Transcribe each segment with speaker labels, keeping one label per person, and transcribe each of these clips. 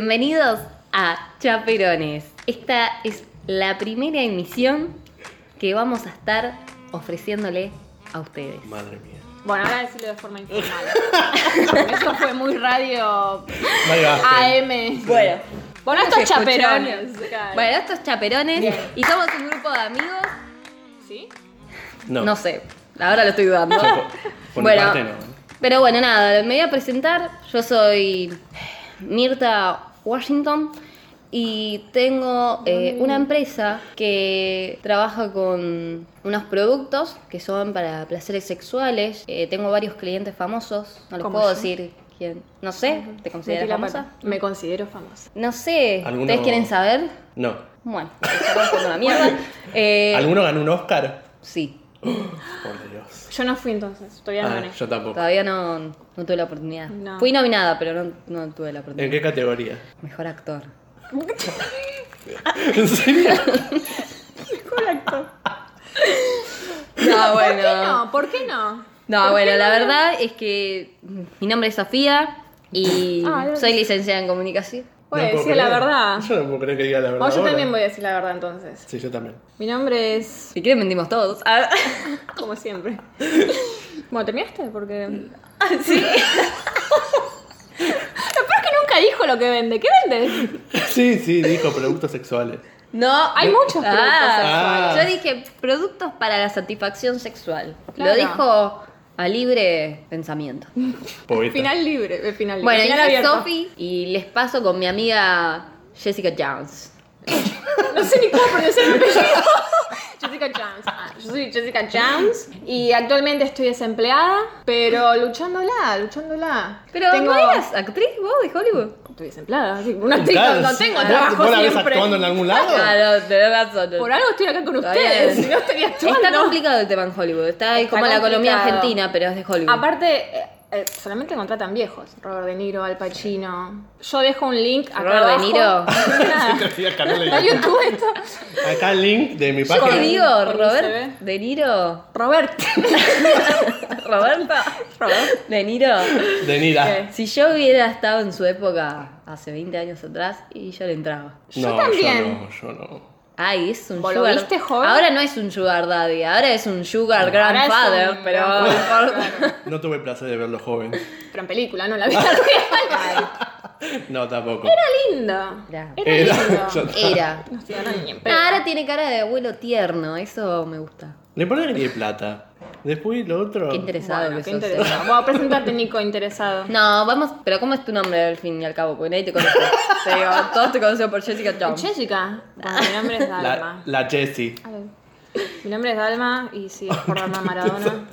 Speaker 1: Bienvenidos a Chaperones. Esta es la primera emisión que vamos a estar ofreciéndole a ustedes.
Speaker 2: Madre mía.
Speaker 3: Bueno, ahora decirlo de forma informal. Eso fue muy radio
Speaker 2: Madre
Speaker 3: AM.
Speaker 1: Bueno.
Speaker 3: Bueno,
Speaker 1: Se
Speaker 3: estos
Speaker 1: escuchó.
Speaker 3: chaperones. claro.
Speaker 1: Bueno, estos chaperones
Speaker 3: Bien.
Speaker 1: y somos un grupo de amigos.
Speaker 3: ¿Sí?
Speaker 1: No,
Speaker 2: No.
Speaker 1: sé, ahora lo estoy dudando.
Speaker 2: Por mi
Speaker 1: bueno,
Speaker 2: parte, no.
Speaker 1: pero bueno, nada, me voy a presentar. Yo soy Mirta Washington y tengo eh, una empresa que trabaja con unos productos que son para placeres sexuales. Eh, tengo varios clientes famosos, no les
Speaker 3: ¿Como
Speaker 1: puedo
Speaker 3: yo?
Speaker 1: decir quién. No sé, ¿te consideras
Speaker 3: Metí la
Speaker 1: famosa?
Speaker 3: pata. Me considero famosa.
Speaker 1: No sé,
Speaker 2: ¿Alguno-
Speaker 1: ¿ustedes quieren saber?
Speaker 2: No.
Speaker 1: Bueno, estamos con una mierda. Eh,
Speaker 2: ¿Alguno ganó un Oscar?
Speaker 1: Sí,
Speaker 2: Por Dios.
Speaker 3: Yo no fui entonces, todavía no
Speaker 2: Ah,
Speaker 3: gané.
Speaker 2: yo tampoco.
Speaker 1: Todavía no, no tuve la oportunidad.
Speaker 3: No.
Speaker 1: Fui nominada, pero no, no tuve la oportunidad.
Speaker 2: ¿En qué categoría?
Speaker 1: Mejor actor.
Speaker 2: ¿En serio?
Speaker 3: Correcto.
Speaker 1: No,
Speaker 3: ¿Por qué
Speaker 1: Ah.
Speaker 3: no? ¿Por qué no?
Speaker 1: No, bueno, la verdad es que mi nombre es Sofía y
Speaker 3: Ah, gracias.
Speaker 1: soy licenciada en comunicación.
Speaker 3: Voy a
Speaker 2: No puedo
Speaker 3: decir la
Speaker 2: creer.
Speaker 3: verdad.
Speaker 2: Yo no puedo creer que diga la verdad.
Speaker 3: O yo
Speaker 2: ahora.
Speaker 3: también voy a decir la verdad entonces.
Speaker 2: Sí, yo también.
Speaker 3: Mi nombre es,
Speaker 1: Si quieren mentimos todos. Ah,
Speaker 3: como siempre. Bueno, ¿terminaste? Porque. Lo
Speaker 1: sí.
Speaker 3: peor es que nunca dijo lo que vende. ¿Qué vende?
Speaker 2: Sí, sí, dijo productos sexuales.
Speaker 1: No,
Speaker 3: Hay muchos productos
Speaker 1: Ah,
Speaker 2: sexuales.
Speaker 1: Yo dije productos para la satisfacción sexual.
Speaker 3: Claro.
Speaker 1: Lo dijo a libre pensamiento.
Speaker 2: Poeta.
Speaker 3: Final libre. eh, Final libre.
Speaker 1: Bueno,
Speaker 3: final
Speaker 1: yo soy
Speaker 3: abierto.
Speaker 1: Sofi y les paso con mi amiga Jessica Jones.
Speaker 3: No sé ni cómo pronunciar mi apellido. Jessica Jones. Ah, yo soy Jessica Jones y actualmente estoy desempleada, pero luchándola, luchándola.
Speaker 1: Pero
Speaker 3: tengo...
Speaker 1: ¿no eras actriz vos de Hollywood?
Speaker 3: Estoy desempleada, así que una actriz no-
Speaker 2: Claro,
Speaker 3: no
Speaker 2: sí.
Speaker 3: tengo
Speaker 2: ¿Vos-
Speaker 3: trabajo
Speaker 2: ¿Vos la ves
Speaker 3: siempre.
Speaker 2: actuando en algún lado?
Speaker 1: Claro, Ah, tenés razón.
Speaker 3: Por algo estoy acá con ustedes,
Speaker 1: bien.
Speaker 3: si no estaría actuando.
Speaker 1: Está complicado el tema en Hollywood. Está ahí
Speaker 3: Está
Speaker 1: como la economía
Speaker 3: complicado.
Speaker 1: argentina, pero es de Hollywood.
Speaker 3: Aparte, eh, eh, solamente contratan viejos. Robert De Niro, Al Pacino. Yo dejo un link acá
Speaker 1: Robert De
Speaker 3: abajo.
Speaker 1: Niro.
Speaker 3: Nada.
Speaker 2: Siempre fui al canal de
Speaker 3: No hay
Speaker 2: YouTube.
Speaker 3: YouTube esto.
Speaker 2: Acá el link de mi
Speaker 1: Yo
Speaker 2: página.
Speaker 1: te digo,
Speaker 3: Porque se ve.
Speaker 1: Robert De Niro.
Speaker 3: Robert.
Speaker 1: Roberto.
Speaker 3: Robert.
Speaker 1: De Niro.
Speaker 2: De Nira.
Speaker 3: ¿Qué?
Speaker 1: Si yo hubiera estado en su época hace 20 años atrás y yo le entraba.
Speaker 3: Yo
Speaker 2: no,
Speaker 3: también.
Speaker 2: yo no, yo no.
Speaker 1: Ay, es un
Speaker 3: ¿Vos lo
Speaker 1: sugar.
Speaker 3: viste joven?
Speaker 1: Ahora no es un sugar daddy, ahora es un sugar
Speaker 3: Ahora es un
Speaker 1: grandfather, pero
Speaker 3: grandfather, claro.
Speaker 2: No tuve el placer de verlo joven.
Speaker 3: Pero en película, no en la vida real.
Speaker 2: No, tampoco.
Speaker 3: Era lindo.
Speaker 1: Era.
Speaker 3: Era lindo.
Speaker 2: Yo-
Speaker 1: era.
Speaker 3: No estoy hablando ni en pedo.
Speaker 1: Ah, ahora tiene cara de abuelo tierno, eso me gusta.
Speaker 2: Le ponen que tiene plata. Después lo otro.
Speaker 1: Qué interesado
Speaker 3: Bueno,
Speaker 1: que
Speaker 3: qué
Speaker 1: sos, eh.
Speaker 3: interesado. Bueno, presentate, Nico, interesado.
Speaker 1: No, vamos, pero ¿cómo es tu nombre al fin y al cabo? Porque nadie te conoce. te digo, todos te conocen por Jessica Jones.
Speaker 3: Jessica. Bueno, mi nombre es
Speaker 2: La,
Speaker 3: Dalma.
Speaker 2: Ah. la Jessie.
Speaker 3: A ver. Mi nombre es Dalma y sí, es por Dalma Maradona.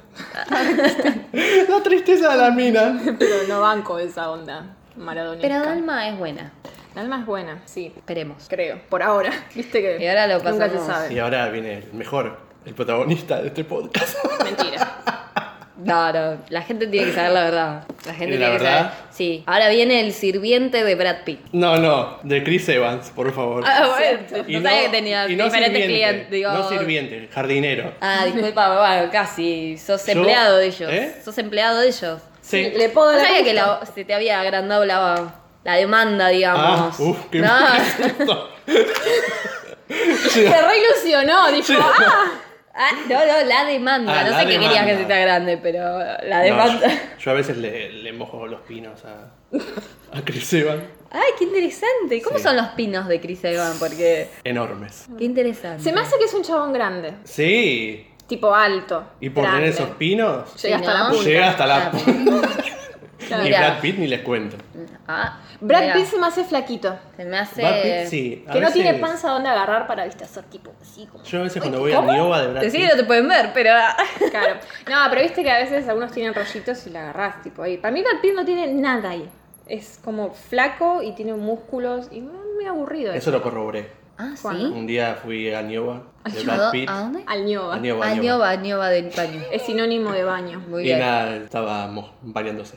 Speaker 2: La tristeza de la mina.
Speaker 3: Pero no banco esa onda maradónica.
Speaker 1: Pero Dalma es buena,
Speaker 3: Dalma es buena, sí.
Speaker 1: esperemos.
Speaker 3: Creo, por ahora. Viste que.
Speaker 1: Y ahora lo
Speaker 3: Nunca se
Speaker 1: pasamos.
Speaker 2: Y
Speaker 3: sabe.
Speaker 2: ahora viene el mejor, el protagonista de este podcast.
Speaker 3: Mentira.
Speaker 1: No, no, la gente tiene que saber la verdad. La gente
Speaker 2: ¿Y la
Speaker 1: tiene que
Speaker 2: verdad?
Speaker 1: saber. Sí, ahora viene el sirviente de Brad Pitt.
Speaker 2: No, no, de Chris Evans, por favor.
Speaker 1: Ah, bueno,
Speaker 2: Y
Speaker 1: no sabía que tenía
Speaker 2: y no
Speaker 1: diferentes
Speaker 2: sirviente,
Speaker 1: clientes. Digo,
Speaker 2: No sirviente, jardinero.
Speaker 1: Ah, disculpa, bueno, casi. Sos
Speaker 2: Yo-
Speaker 1: empleado de ellos.
Speaker 2: ¿eh?
Speaker 1: Sos empleado de ellos.
Speaker 2: Sí.
Speaker 3: Le puedo
Speaker 1: No
Speaker 3: dar.
Speaker 1: sabía
Speaker 3: gusto.
Speaker 1: que la- se te había agrandado la, la demanda,
Speaker 2: Ah,
Speaker 1: digamos.
Speaker 2: uff, qué
Speaker 1: No.
Speaker 2: mal es esto.
Speaker 3: Se reilusionó, dijo, ¡ah!
Speaker 1: Ah, no, no, la demanda.
Speaker 2: Ah,
Speaker 1: no
Speaker 2: la
Speaker 1: sé qué querías que
Speaker 2: demanda.
Speaker 1: se te agrande, pero la
Speaker 2: No,
Speaker 1: demanda.
Speaker 2: yo, yo a veces le, le mojo los pinos a, a Chris Evans.
Speaker 1: Ay, qué interesante. ¿Cómo
Speaker 2: Sí.
Speaker 1: son los pinos de Chris Evans? Porque.
Speaker 2: Enormes.
Speaker 1: Qué interesante.
Speaker 3: Se me hace que es un chabón grande.
Speaker 2: Sí.
Speaker 3: Tipo alto.
Speaker 2: Y por
Speaker 3: grande.
Speaker 2: tener esos pinos,
Speaker 3: Llega
Speaker 1: Sí,
Speaker 3: hasta
Speaker 1: ¿no?
Speaker 3: la punta.
Speaker 2: llega hasta la.
Speaker 3: Claro.
Speaker 2: ni
Speaker 1: Mira.
Speaker 2: Brad Pitt ni les cuento.
Speaker 1: Ah,
Speaker 3: Brad
Speaker 1: mirá,
Speaker 3: Pitt se me hace flaquito.
Speaker 1: Se me hace.
Speaker 2: Brad Pitt sí. a
Speaker 3: Que no tiene
Speaker 2: veces-
Speaker 3: panza donde agarrar para viste, hacer tipo así como.
Speaker 2: Yo a veces cuando voy a Nioba de Brad
Speaker 1: Te
Speaker 2: Pitt.
Speaker 1: sí que no te pueden ver, pero.
Speaker 3: Claro. No, pero viste que a veces algunos tienen rollitos y la agarrás, tipo ahí. Para mí Brad Pitt no tiene nada ahí. Es como flaco y tiene músculos y me aburrido.
Speaker 2: Eso lo corroboré.
Speaker 1: Ah, sí.
Speaker 3: Juan.
Speaker 2: Un día fui a Nioba de
Speaker 1: ¿A dó-
Speaker 2: Brad Pitt.
Speaker 1: ¿A dónde?
Speaker 3: Al ñoba.
Speaker 2: A Nioba,
Speaker 1: A Nioba, a Nioba del paño.
Speaker 3: Es sinónimo de baño.
Speaker 1: Muy
Speaker 2: Y
Speaker 1: bien.
Speaker 2: nada, estábamos variándose.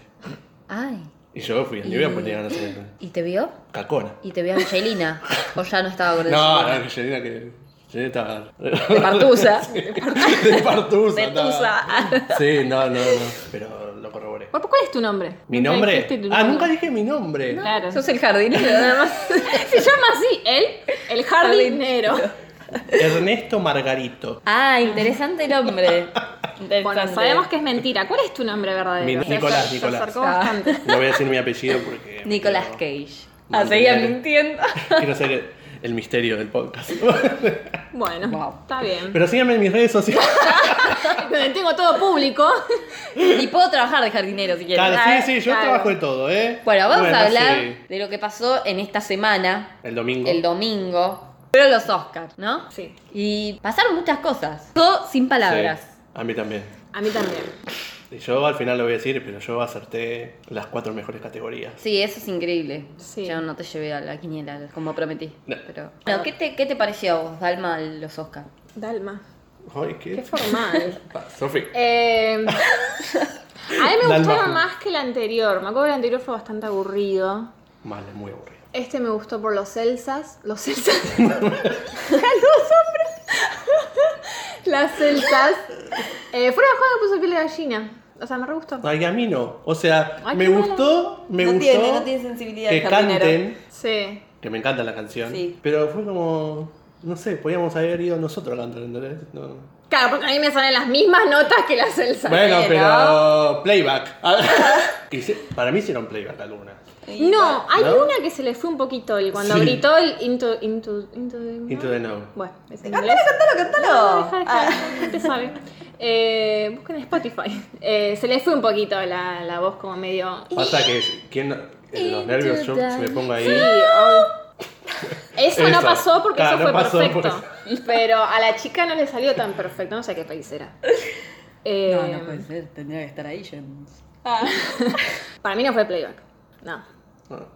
Speaker 1: Ay.
Speaker 2: Y yo fui a Nioba porque tenía ganas de hacer
Speaker 1: ¿Y te vio?
Speaker 2: cacona.
Speaker 1: ¿Y te vio Angelina? ¿O ya no estaba con
Speaker 2: No, no,
Speaker 1: Angelina?
Speaker 2: que Angelina que. Angelina estaba.
Speaker 1: De Partusa.
Speaker 2: De Partusa.
Speaker 1: Partusa.
Speaker 2: estaba. Sí, no, no, no. Pero lo corroboré.
Speaker 3: Bueno, ¿Cuál es tu nombre?
Speaker 2: ¿Mi
Speaker 3: Nunca
Speaker 2: nombre?
Speaker 3: dijiste tu
Speaker 2: Ah, nunca dije mi nombre.
Speaker 3: Claro.
Speaker 1: Sos el jardinero, nada más.
Speaker 3: Se llama así, él, el jardinero.
Speaker 2: Ernesto Margarito.
Speaker 1: Ah, interesante el hombre. Interesante.
Speaker 3: Bueno, sabemos que es mentira. ¿Cuál es tu nombre
Speaker 2: Mi-
Speaker 3: verdadero?
Speaker 2: Nicolás,
Speaker 3: Se- se
Speaker 2: Nicolás.
Speaker 3: acercó
Speaker 1: Ah.
Speaker 3: bastante.
Speaker 2: No voy a decir mi apellido porque.
Speaker 1: Nicolas
Speaker 2: quiero-
Speaker 1: Cage.
Speaker 2: Ah,
Speaker 1: Ah,
Speaker 2: seguía
Speaker 1: seguía
Speaker 2: mintiendo.
Speaker 1: mintiendo.
Speaker 2: Quiero ser el- el misterio del podcast.
Speaker 3: Bueno,
Speaker 1: Wow.
Speaker 3: está bien.
Speaker 2: Pero síganme en mis redes sociales.
Speaker 3: Donde tengo todo público.
Speaker 1: Y puedo trabajar de jardinero si quieres.
Speaker 2: Claro,
Speaker 3: Ah,
Speaker 2: sí, sí, yo
Speaker 3: claro.
Speaker 2: trabajo de todo, ¿eh?
Speaker 1: Bueno, vamos a hablar
Speaker 2: sí.
Speaker 1: de lo que pasó en esta semana,
Speaker 2: El domingo.
Speaker 1: el domingo. Pero los Oscars, ¿no?
Speaker 3: Sí.
Speaker 1: Y pasaron muchas cosas. Todo sin palabras.
Speaker 2: Sí, a mí también.
Speaker 3: A mí también.
Speaker 2: Y yo al final lo voy a decir, pero yo acerté las cuatro mejores categorías.
Speaker 1: Sí, eso es increíble.
Speaker 3: Sí.
Speaker 1: Yo no te llevé a la quiniela, como prometí.
Speaker 2: No.
Speaker 1: Pero... Bueno, ¿qué, te, ¿Qué te pareció a vos, Dalma, los Oscars?
Speaker 3: Dalma.
Speaker 2: Ay, qué.
Speaker 3: Qué formal.
Speaker 2: Pa, Sofi.
Speaker 3: Eh, a mí me
Speaker 2: Dalma.
Speaker 3: gustaron más que el anterior. Me acuerdo que el anterior fue bastante aburrido.
Speaker 2: Mal, es muy aburrido.
Speaker 3: Este me gustó por los celsas. Los celsas. los hombres. Las celsas. Eh, fue una joda que puso piel de gallina. O sea, me re gustó.
Speaker 2: Ay, a mí no. O sea,
Speaker 3: Ay,
Speaker 2: me
Speaker 3: qué mala.
Speaker 2: gustó, me
Speaker 1: No
Speaker 2: gustó
Speaker 1: tiene- no tiene sensibilidad
Speaker 2: que
Speaker 1: el jardinero.
Speaker 2: canten,
Speaker 3: Sí.
Speaker 2: que me encanta la canción,
Speaker 1: Sí.
Speaker 2: pero fue como, no sé, podíamos haber ido nosotros a cantar, ¿entendés? No.
Speaker 3: Claro, porque a mí me salen las mismas notas que las celsas.
Speaker 2: Bueno,
Speaker 1: bien,
Speaker 2: pero playback. Hice- para mí hicieron playback algunas.
Speaker 3: No, hay
Speaker 2: ¿No?
Speaker 3: una que se le fue un poquito el cuando
Speaker 2: Sí.
Speaker 3: gritó el into, into, into the-
Speaker 2: Into the Now.
Speaker 3: Bueno, es en
Speaker 4: Cántalo,
Speaker 3: inglés.
Speaker 4: cántalo,
Speaker 3: No,
Speaker 4: cántalo.
Speaker 3: deja, deja, no te sabe. Eh, busquen en Spotify. Eh, se le fue un poquito la, la voz como medio.
Speaker 2: Pasa que ¿quién, no- en los nervios yo se me pongo ahí.
Speaker 3: Sí, o- Eso,
Speaker 2: Eso.
Speaker 3: no pasó porque
Speaker 2: Claro,
Speaker 3: eso fue
Speaker 2: no pasó
Speaker 3: perfecto. Pero a la chica no le salió tan perfecto, no sé qué país era. Eh,
Speaker 1: ser, tendría que estar ahí James.
Speaker 3: Para mí no fue playback. No.
Speaker 2: No.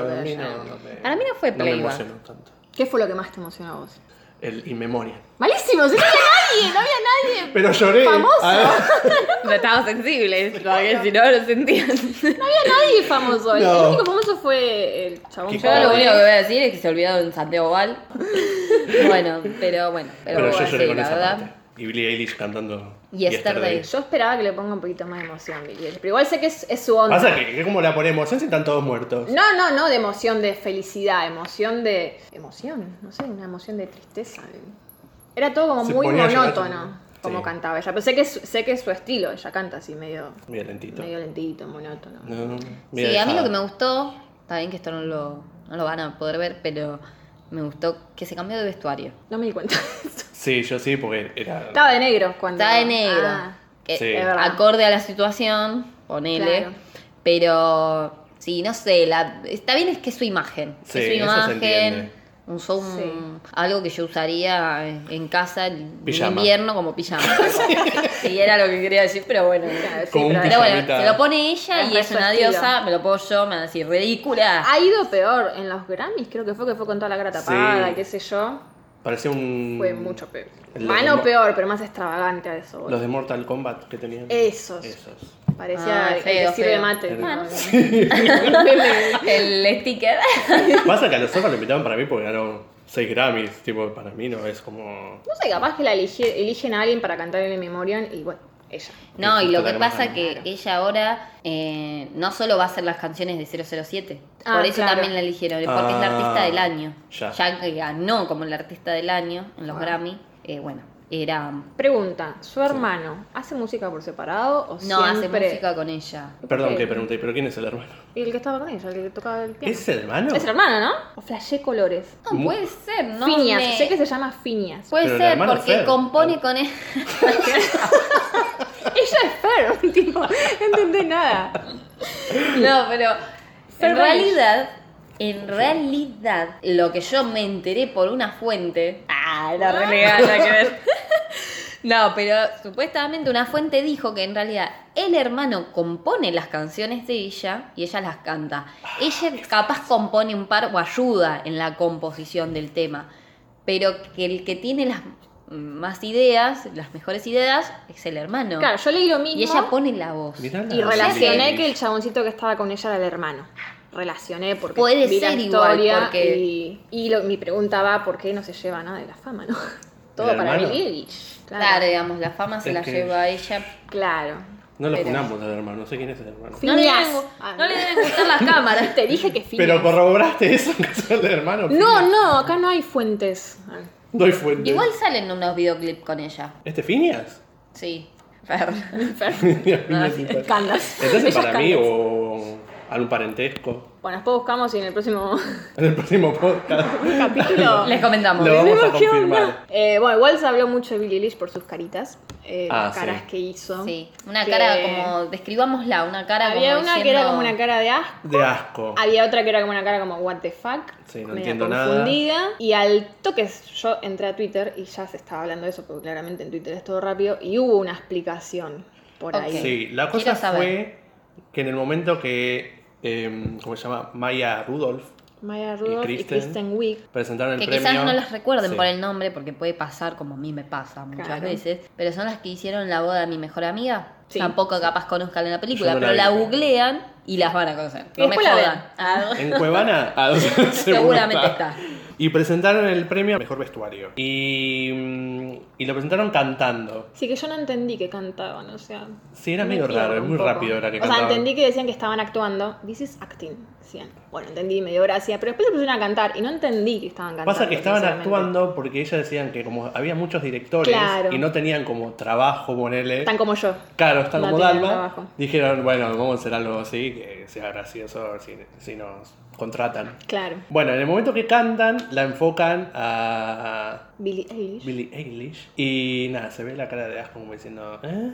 Speaker 2: Ah, Pero a
Speaker 3: pero
Speaker 2: mí
Speaker 3: ya.
Speaker 2: no, no me-
Speaker 1: Para mí no fue
Speaker 2: No me
Speaker 1: playback.
Speaker 2: emocionó tanto.
Speaker 3: ¿Qué fue lo que más te emocionó a vos?
Speaker 2: El In Memoria.
Speaker 3: Malísimo, si no había nadie, no había nadie.
Speaker 2: Pero lloré. Ah,
Speaker 3: Famoso.
Speaker 2: A ver.
Speaker 1: No estaba sensible, porque si no lo sentían.
Speaker 3: No había nadie famoso. El-
Speaker 2: No.
Speaker 3: El único famoso fue el chabón.
Speaker 2: Qué
Speaker 1: Yo lo
Speaker 2: Bueno.
Speaker 1: único que voy a decir es que se olvidaron Santiago Val. bueno, pero bueno, pero,
Speaker 2: Pero yo
Speaker 1: bueno,
Speaker 2: lloré
Speaker 1: sí,
Speaker 2: con
Speaker 1: la
Speaker 2: esa
Speaker 1: verdad.
Speaker 2: parte. Y Billie Eilish cantando
Speaker 1: Yesterday.
Speaker 3: Yo esperaba que le ponga un poquito más de emoción, Billie Eilish, Pero igual sé que es, es su onda.
Speaker 2: Pasa que, que como la ponemos, si están todos muertos.
Speaker 3: No, no, no de emoción de felicidad, emoción de. Emoción, no sé, una emoción de tristeza. Era todo como
Speaker 2: Se
Speaker 3: muy
Speaker 2: ponía a llorar
Speaker 3: monótono
Speaker 2: también.
Speaker 3: como
Speaker 2: Sí.
Speaker 3: cantaba ella. Pero sé que, es- sé que es su estilo, ella canta así medio,
Speaker 2: Mira lentito.
Speaker 3: medio lentito, monótono.
Speaker 2: No,
Speaker 1: Sí,
Speaker 2: mira,
Speaker 1: a mí
Speaker 2: esa-
Speaker 1: lo que me gustó, está bien que esto no lo, no lo van a poder ver, pero me gustó que se cambió de vestuario.
Speaker 3: No me di cuenta de eso.
Speaker 2: Sí, yo sí, porque era.
Speaker 3: Estaba de negro cuando.
Speaker 1: Está de negro.
Speaker 3: Ah,
Speaker 1: que
Speaker 2: Sí.
Speaker 1: es verdad. Acorde a la situación, ponele.
Speaker 3: Claro.
Speaker 1: Pero sí, no sé, la, está bien es que es su imagen.
Speaker 2: Sí,
Speaker 1: es su
Speaker 2: eso se entiende.
Speaker 1: imagen. Un, un-
Speaker 3: Sí.
Speaker 1: algo que yo usaría en en casa en
Speaker 2: Pijama.
Speaker 1: invierno como pijama. sí, era lo que quería decir, pero bueno.
Speaker 3: claro, sí,
Speaker 2: Como un
Speaker 3: pero-
Speaker 1: Pero bueno,
Speaker 2: Pijamita.
Speaker 1: se lo pone ella
Speaker 3: Es Ah.
Speaker 1: y
Speaker 3: re
Speaker 1: es
Speaker 3: su
Speaker 1: una
Speaker 3: estilo.
Speaker 1: diosa, me lo pongo yo, me van a decir ridícula.
Speaker 3: Ha ido peor en los Grammys, creo que fue que fue con toda la cara tapada,
Speaker 2: Sí.
Speaker 3: qué sé yo.
Speaker 2: Parecía un.
Speaker 3: Fue mucho peor.
Speaker 2: Los
Speaker 3: Mano
Speaker 2: mo-
Speaker 3: peor, pero más extravagante a eso. boludo.
Speaker 2: Los de Mortal Kombat que tenían.
Speaker 3: Esos.
Speaker 2: Esos.
Speaker 3: Parecía
Speaker 1: Ah,
Speaker 3: el
Speaker 1: feo,
Speaker 3: que sirve
Speaker 1: feo.
Speaker 3: mate.
Speaker 2: Bueno.
Speaker 1: El sticker.
Speaker 2: Pasa que a los Oscars lo invitaban para mí porque ganaron 6 Grammys. Tipo, para mí no es como.
Speaker 3: No sé, capaz que la elige- eligen a alguien para cantar en el Memorial y bueno, ella.
Speaker 1: No, y lo que
Speaker 2: Totalmente.
Speaker 1: pasa que ella ahora eh, no solo va a hacer las canciones de 007,
Speaker 3: Ah,
Speaker 1: por eso
Speaker 3: claro.
Speaker 1: también la eligieron, porque es la
Speaker 2: Ah,
Speaker 1: artista del año.
Speaker 2: ya.
Speaker 1: que ganó como la artista del año en los
Speaker 3: Ah.
Speaker 1: Grammy, eh, bueno, era... No,
Speaker 3: Pregunta, ¿su hermano hace música por separado o
Speaker 1: hace
Speaker 3: siempre-
Speaker 1: música con ella.
Speaker 2: Perdón
Speaker 3: Ok.
Speaker 2: que pregunté, pero ¿quién es el hermano?
Speaker 3: Y el que estaba con ella, el que tocaba el piano.
Speaker 2: ¿Es el hermano?
Speaker 3: Es hermana, ¿no? O flashé colores.
Speaker 1: No, puede ser, ¿no?
Speaker 3: Finias,
Speaker 1: me-
Speaker 3: sé que se llama Finias.
Speaker 1: Puede
Speaker 2: Pero el
Speaker 1: ser,
Speaker 2: hermano
Speaker 1: porque
Speaker 2: Fer. eh.
Speaker 1: compone con ella.
Speaker 3: ella es Fer, tipo, no entendés nada.
Speaker 1: No, pero
Speaker 3: Fer
Speaker 1: en
Speaker 3: Reyes.
Speaker 1: realidad, en realidad, lo que yo me enteré por una fuente. Ah, era re legal, nada que ver. No, pero supuestamente una fuente dijo que en realidad el hermano compone las canciones de ella y ella las canta. Ella capaz compone un par o ayuda en la composición del tema, pero que el que tiene las más ideas, las mejores ideas, es el hermano.
Speaker 3: Claro, yo leí lo mismo
Speaker 1: y ella pone la voz.
Speaker 2: Mirá la-
Speaker 3: y relacioné
Speaker 2: Sí.
Speaker 3: que el chaboncito que estaba con ella era el hermano. Relacioné porque
Speaker 1: Puede
Speaker 3: vi la
Speaker 1: ser igual,
Speaker 3: historia
Speaker 1: porque-
Speaker 3: y, y lo- mi pregunta va, ¿por qué no se lleva nada de la fama, no? Todo
Speaker 2: ¿El
Speaker 3: para
Speaker 2: hermano?
Speaker 3: Billie Eilish.
Speaker 1: Claro, digamos, la fama se
Speaker 2: Es
Speaker 1: la
Speaker 2: que-
Speaker 1: lleva a ella
Speaker 3: Claro.
Speaker 2: No lo
Speaker 1: Pero-
Speaker 2: funamos al hermano, no sé quién es el hermano.
Speaker 1: No le,
Speaker 3: Phineas.
Speaker 1: deben, gu-
Speaker 3: Ah,
Speaker 1: no le deben gustar las cámaras.
Speaker 3: Te dije que Phineas.
Speaker 2: Pero corroboraste eso que es el hermano.
Speaker 3: No, no, acá no hay fuentes.
Speaker 2: Doy fuente.
Speaker 1: Igual salen unos videoclips con ella.
Speaker 2: ¿Este Phineas?
Speaker 1: Sí. Fer.
Speaker 2: Phineas y Fer.
Speaker 3: Candas.
Speaker 2: Entonces
Speaker 3: Ellas
Speaker 2: para mí
Speaker 3: cantan.
Speaker 2: o algún parentesco
Speaker 3: Bueno, después buscamos y en el próximo
Speaker 2: en el próximo podcast.
Speaker 3: capítulo.
Speaker 1: Les comentamos.
Speaker 2: Lo vamos a
Speaker 3: Vemos qué onda.
Speaker 2: confirmar.
Speaker 3: Eh, bueno, igual se habló mucho de Billie Eilish por sus caritas. eh,
Speaker 2: Ah,
Speaker 3: las caras
Speaker 2: sí.
Speaker 3: que hizo.
Speaker 1: Sí. Una
Speaker 3: Que
Speaker 1: cara como. Describámosla, una cara
Speaker 3: Había
Speaker 1: como.
Speaker 3: una que
Speaker 1: diciendo-
Speaker 3: era como una cara de asco.
Speaker 2: De asco.
Speaker 3: Había otra que era como una cara como what the fuck.
Speaker 2: Sí, no
Speaker 3: media
Speaker 2: entiendo nada.
Speaker 3: confundida. Y al toque yo entré a Twitter y ya se estaba hablando de eso, porque claramente en Twitter es todo rápido. Y hubo una explicación por
Speaker 1: Ok.
Speaker 3: ahí.
Speaker 2: Sí, la
Speaker 1: Quiero
Speaker 2: cosa
Speaker 1: saber.
Speaker 2: fue que en el momento que, eh, ¿cómo se llama? Maya Rudolph
Speaker 3: Maya Rudolph y
Speaker 2: Kristen.
Speaker 3: Kristen Wiig.
Speaker 2: presentaron el
Speaker 1: Que
Speaker 2: premio.
Speaker 1: quizás no las recuerden
Speaker 2: Sí.
Speaker 1: por el nombre, porque puede pasar como a mí me pasa muchas
Speaker 3: Claro.
Speaker 1: veces, pero son las que hicieron la boda de mi mejor amiga.
Speaker 3: Sí.
Speaker 1: Tampoco capaz conozcan la película,
Speaker 2: Yo no la
Speaker 1: pero la
Speaker 2: vi.
Speaker 1: googlean y las van a conocer.
Speaker 3: Y
Speaker 1: No me
Speaker 3: después la
Speaker 1: jodan.
Speaker 3: ven.
Speaker 1: Ah,
Speaker 2: En Cuevana, ah, seguro
Speaker 1: Seguramente está.
Speaker 2: Y presentaron el premio a Mejor Vestuario. Y, mm, y lo presentaron cantando.
Speaker 3: Sí, que yo no entendí que cantaban, o sea.
Speaker 2: Sí, era
Speaker 3: me
Speaker 2: medio
Speaker 3: pierdo
Speaker 2: raro, es
Speaker 3: un
Speaker 2: muy
Speaker 3: poco.
Speaker 2: rápido era que
Speaker 3: O sea,
Speaker 2: cantaban.
Speaker 3: entendí que decían que estaban actuando. This is acting, decían. Bueno, entendí, me dio gracia. Pero después se pusieron a cantar y no entendí que estaban cantando.
Speaker 2: Pasa que estaban
Speaker 3: sinceramente.
Speaker 2: actuando porque ellas decían que como había muchos directores
Speaker 3: Claro.
Speaker 2: y no tenían como trabajo, ponele.
Speaker 3: Tan como yo.
Speaker 2: Claro, están
Speaker 3: No
Speaker 2: como
Speaker 3: tenían
Speaker 2: Dalma.
Speaker 3: trabajo.
Speaker 2: Dijeron, bueno, vamos a hacer algo así, que sea gracioso, a ver si, si nos contratan.
Speaker 3: Claro.
Speaker 2: Bueno, en el momento que cantan, la enfocan a
Speaker 3: Billie Eilish.
Speaker 2: Billie Eilish. Y nada, se ve la cara de asco como diciendo, ¿eh?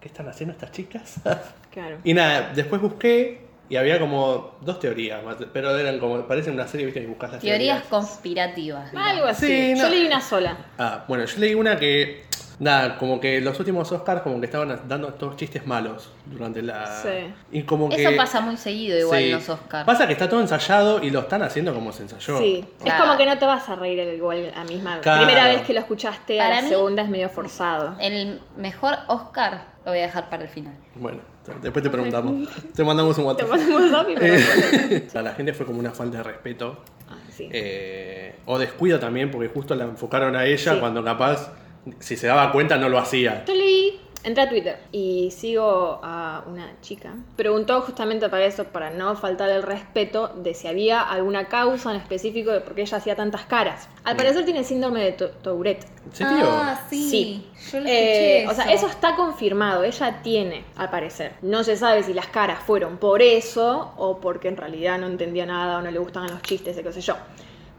Speaker 2: ¿Qué están haciendo estas chicas?
Speaker 3: Claro.
Speaker 2: y nada, después busqué y había como dos teorías, más, pero eran como, parecen una serie, viste, que buscas las
Speaker 1: Teorías
Speaker 2: teorías.
Speaker 1: conspirativas. digamos.
Speaker 3: Algo así.
Speaker 2: Sí, no.
Speaker 3: Yo leí una sola.
Speaker 2: Ah, bueno, yo leí una que, nada, como que los últimos Oscars como que estaban dando todos chistes malos durante la...
Speaker 3: Sí.
Speaker 2: Y como que...
Speaker 1: Eso pasa muy seguido igual
Speaker 2: sí.
Speaker 1: en los Oscars.
Speaker 2: Pasa que está todo ensayado y lo están haciendo como se ensayó.
Speaker 3: Sí, es
Speaker 1: Claro.
Speaker 3: como que no te vas a reír igual la misma.
Speaker 2: Claro.
Speaker 3: Primera vez que lo escuchaste, a
Speaker 1: Para
Speaker 3: la
Speaker 1: mí-
Speaker 3: segunda es medio forzado.
Speaker 1: El mejor Oscar lo voy a dejar para el final.
Speaker 2: Bueno, después te preguntamos. Te mandamos un
Speaker 3: Te
Speaker 2: WhatsApp.
Speaker 3: mandamos rápido.
Speaker 2: Eh. A la gente fue como una falta de respeto.
Speaker 3: Ah, Sí.
Speaker 2: Eh, o descuido también, porque justo la enfocaron a ella
Speaker 3: Sí.
Speaker 2: cuando capaz, si se daba cuenta, no lo hacía.
Speaker 3: Yo leí, entré a Twitter y sigo a una chica. Preguntó justamente para eso, para no faltar el respeto, de si había alguna causa en específico de por qué ella hacía tantas caras. Al parecer tiene síndrome de Tou- Tourette.
Speaker 2: ¿En serio?
Speaker 1: Ah, sí. Yo lo
Speaker 3: Eh,
Speaker 1: escuché.
Speaker 3: O sea, eso está confirmado, ella tiene, al parecer. No se sabe si las caras fueron por eso o porque en realidad no entendía nada o no le gustaban los chistes, o qué sé yo.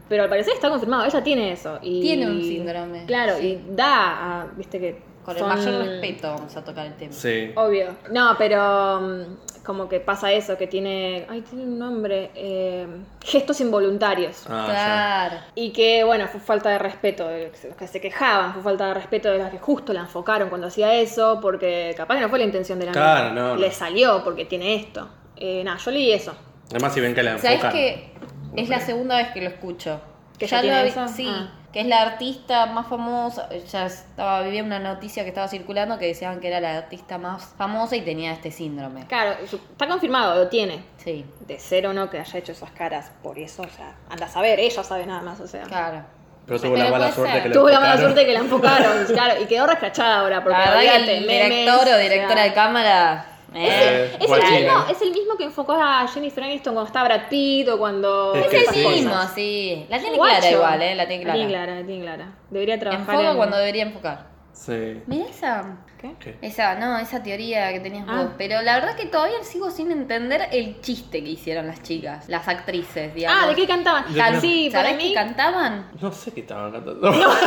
Speaker 3: Pero al parecer está confirmado, ella tiene eso. Y,
Speaker 1: Tiene un síndrome,
Speaker 3: Claro,
Speaker 1: sí.
Speaker 3: y da a, viste que...
Speaker 1: Con
Speaker 3: son-
Speaker 1: el mayor respeto vamos a tocar el tema.
Speaker 2: Sí.
Speaker 3: Obvio. No, pero mm, como que pasa eso, que tiene... Ay, tiene un nombre. eh, gestos involuntarios.
Speaker 2: Ah,
Speaker 1: Claro.
Speaker 3: Y que, bueno, fue falta de respeto de los que se- los que se quejaban, fue falta de respeto de los que justo la enfocaron cuando hacía eso, porque capaz que no fue la intención de la
Speaker 2: Claro,
Speaker 3: mina.
Speaker 2: no, no.
Speaker 3: Le salió porque tiene esto. Eh, nada, yo leí eso.
Speaker 2: ya. Además, si ven que la
Speaker 1: ¿Sabes
Speaker 2: enfocan.
Speaker 1: que es la segunda vez que lo escucho?
Speaker 3: ¿Que
Speaker 1: ya
Speaker 3: ya
Speaker 1: lo
Speaker 3: tiene
Speaker 1: había-
Speaker 3: eso?
Speaker 1: sí,
Speaker 3: Ah.
Speaker 1: que es la artista más famosa, ya estaba vivía una noticia que estaba circulando que decían que era la artista más famosa y tenía este síndrome.
Speaker 3: Claro, su- está confirmado, lo tiene.
Speaker 1: Sí,
Speaker 3: De ser o no que haya hecho esas caras por eso, o sea, anda a saber, ella sabe nada más, o sea.
Speaker 1: claro.
Speaker 2: Pero tuvo la
Speaker 1: Pero
Speaker 2: mala
Speaker 1: puede
Speaker 2: suerte
Speaker 1: ser.
Speaker 2: que la
Speaker 3: Tuvo la mala
Speaker 2: enfocaron.
Speaker 3: suerte que la enfocaron, claro, y quedó rescachada ahora porque
Speaker 1: la verdad que
Speaker 3: olvídate,
Speaker 1: el
Speaker 3: memes,
Speaker 1: director o directora
Speaker 3: sea.
Speaker 1: de cámara... eh,
Speaker 2: Eh,
Speaker 3: Es el,
Speaker 2: cualquiera.
Speaker 3: mismo, es el mismo que enfocó a Jennifer Aniston cuando estaba Brad Pitt o cuando...
Speaker 2: Es que
Speaker 1: es
Speaker 2: esas
Speaker 1: el
Speaker 2: cosas.
Speaker 1: mismo, sí. La tiene
Speaker 3: Guacho.
Speaker 1: clara igual, ¿eh? La tiene
Speaker 3: La tiene
Speaker 1: clara.
Speaker 3: clara, la tiene clara. Debería trabajar
Speaker 1: Enfoca
Speaker 3: en-
Speaker 1: cuando debería enfocar.
Speaker 2: Sí.
Speaker 1: Mirá esa...
Speaker 3: ¿Qué?
Speaker 2: ¿Qué?
Speaker 1: Esa, no, esa teoría que tenías
Speaker 3: Ah.
Speaker 1: vos. Pero la verdad que todavía sigo sin entender el chiste que hicieron las chicas, las actrices, digamos.
Speaker 3: Ah, ¿de qué cantaban?
Speaker 2: De-
Speaker 3: Ah, sí, para
Speaker 1: ¿Sabés
Speaker 3: mí...
Speaker 1: que cantaban?
Speaker 2: No sé qué estaban cantando. No sabemos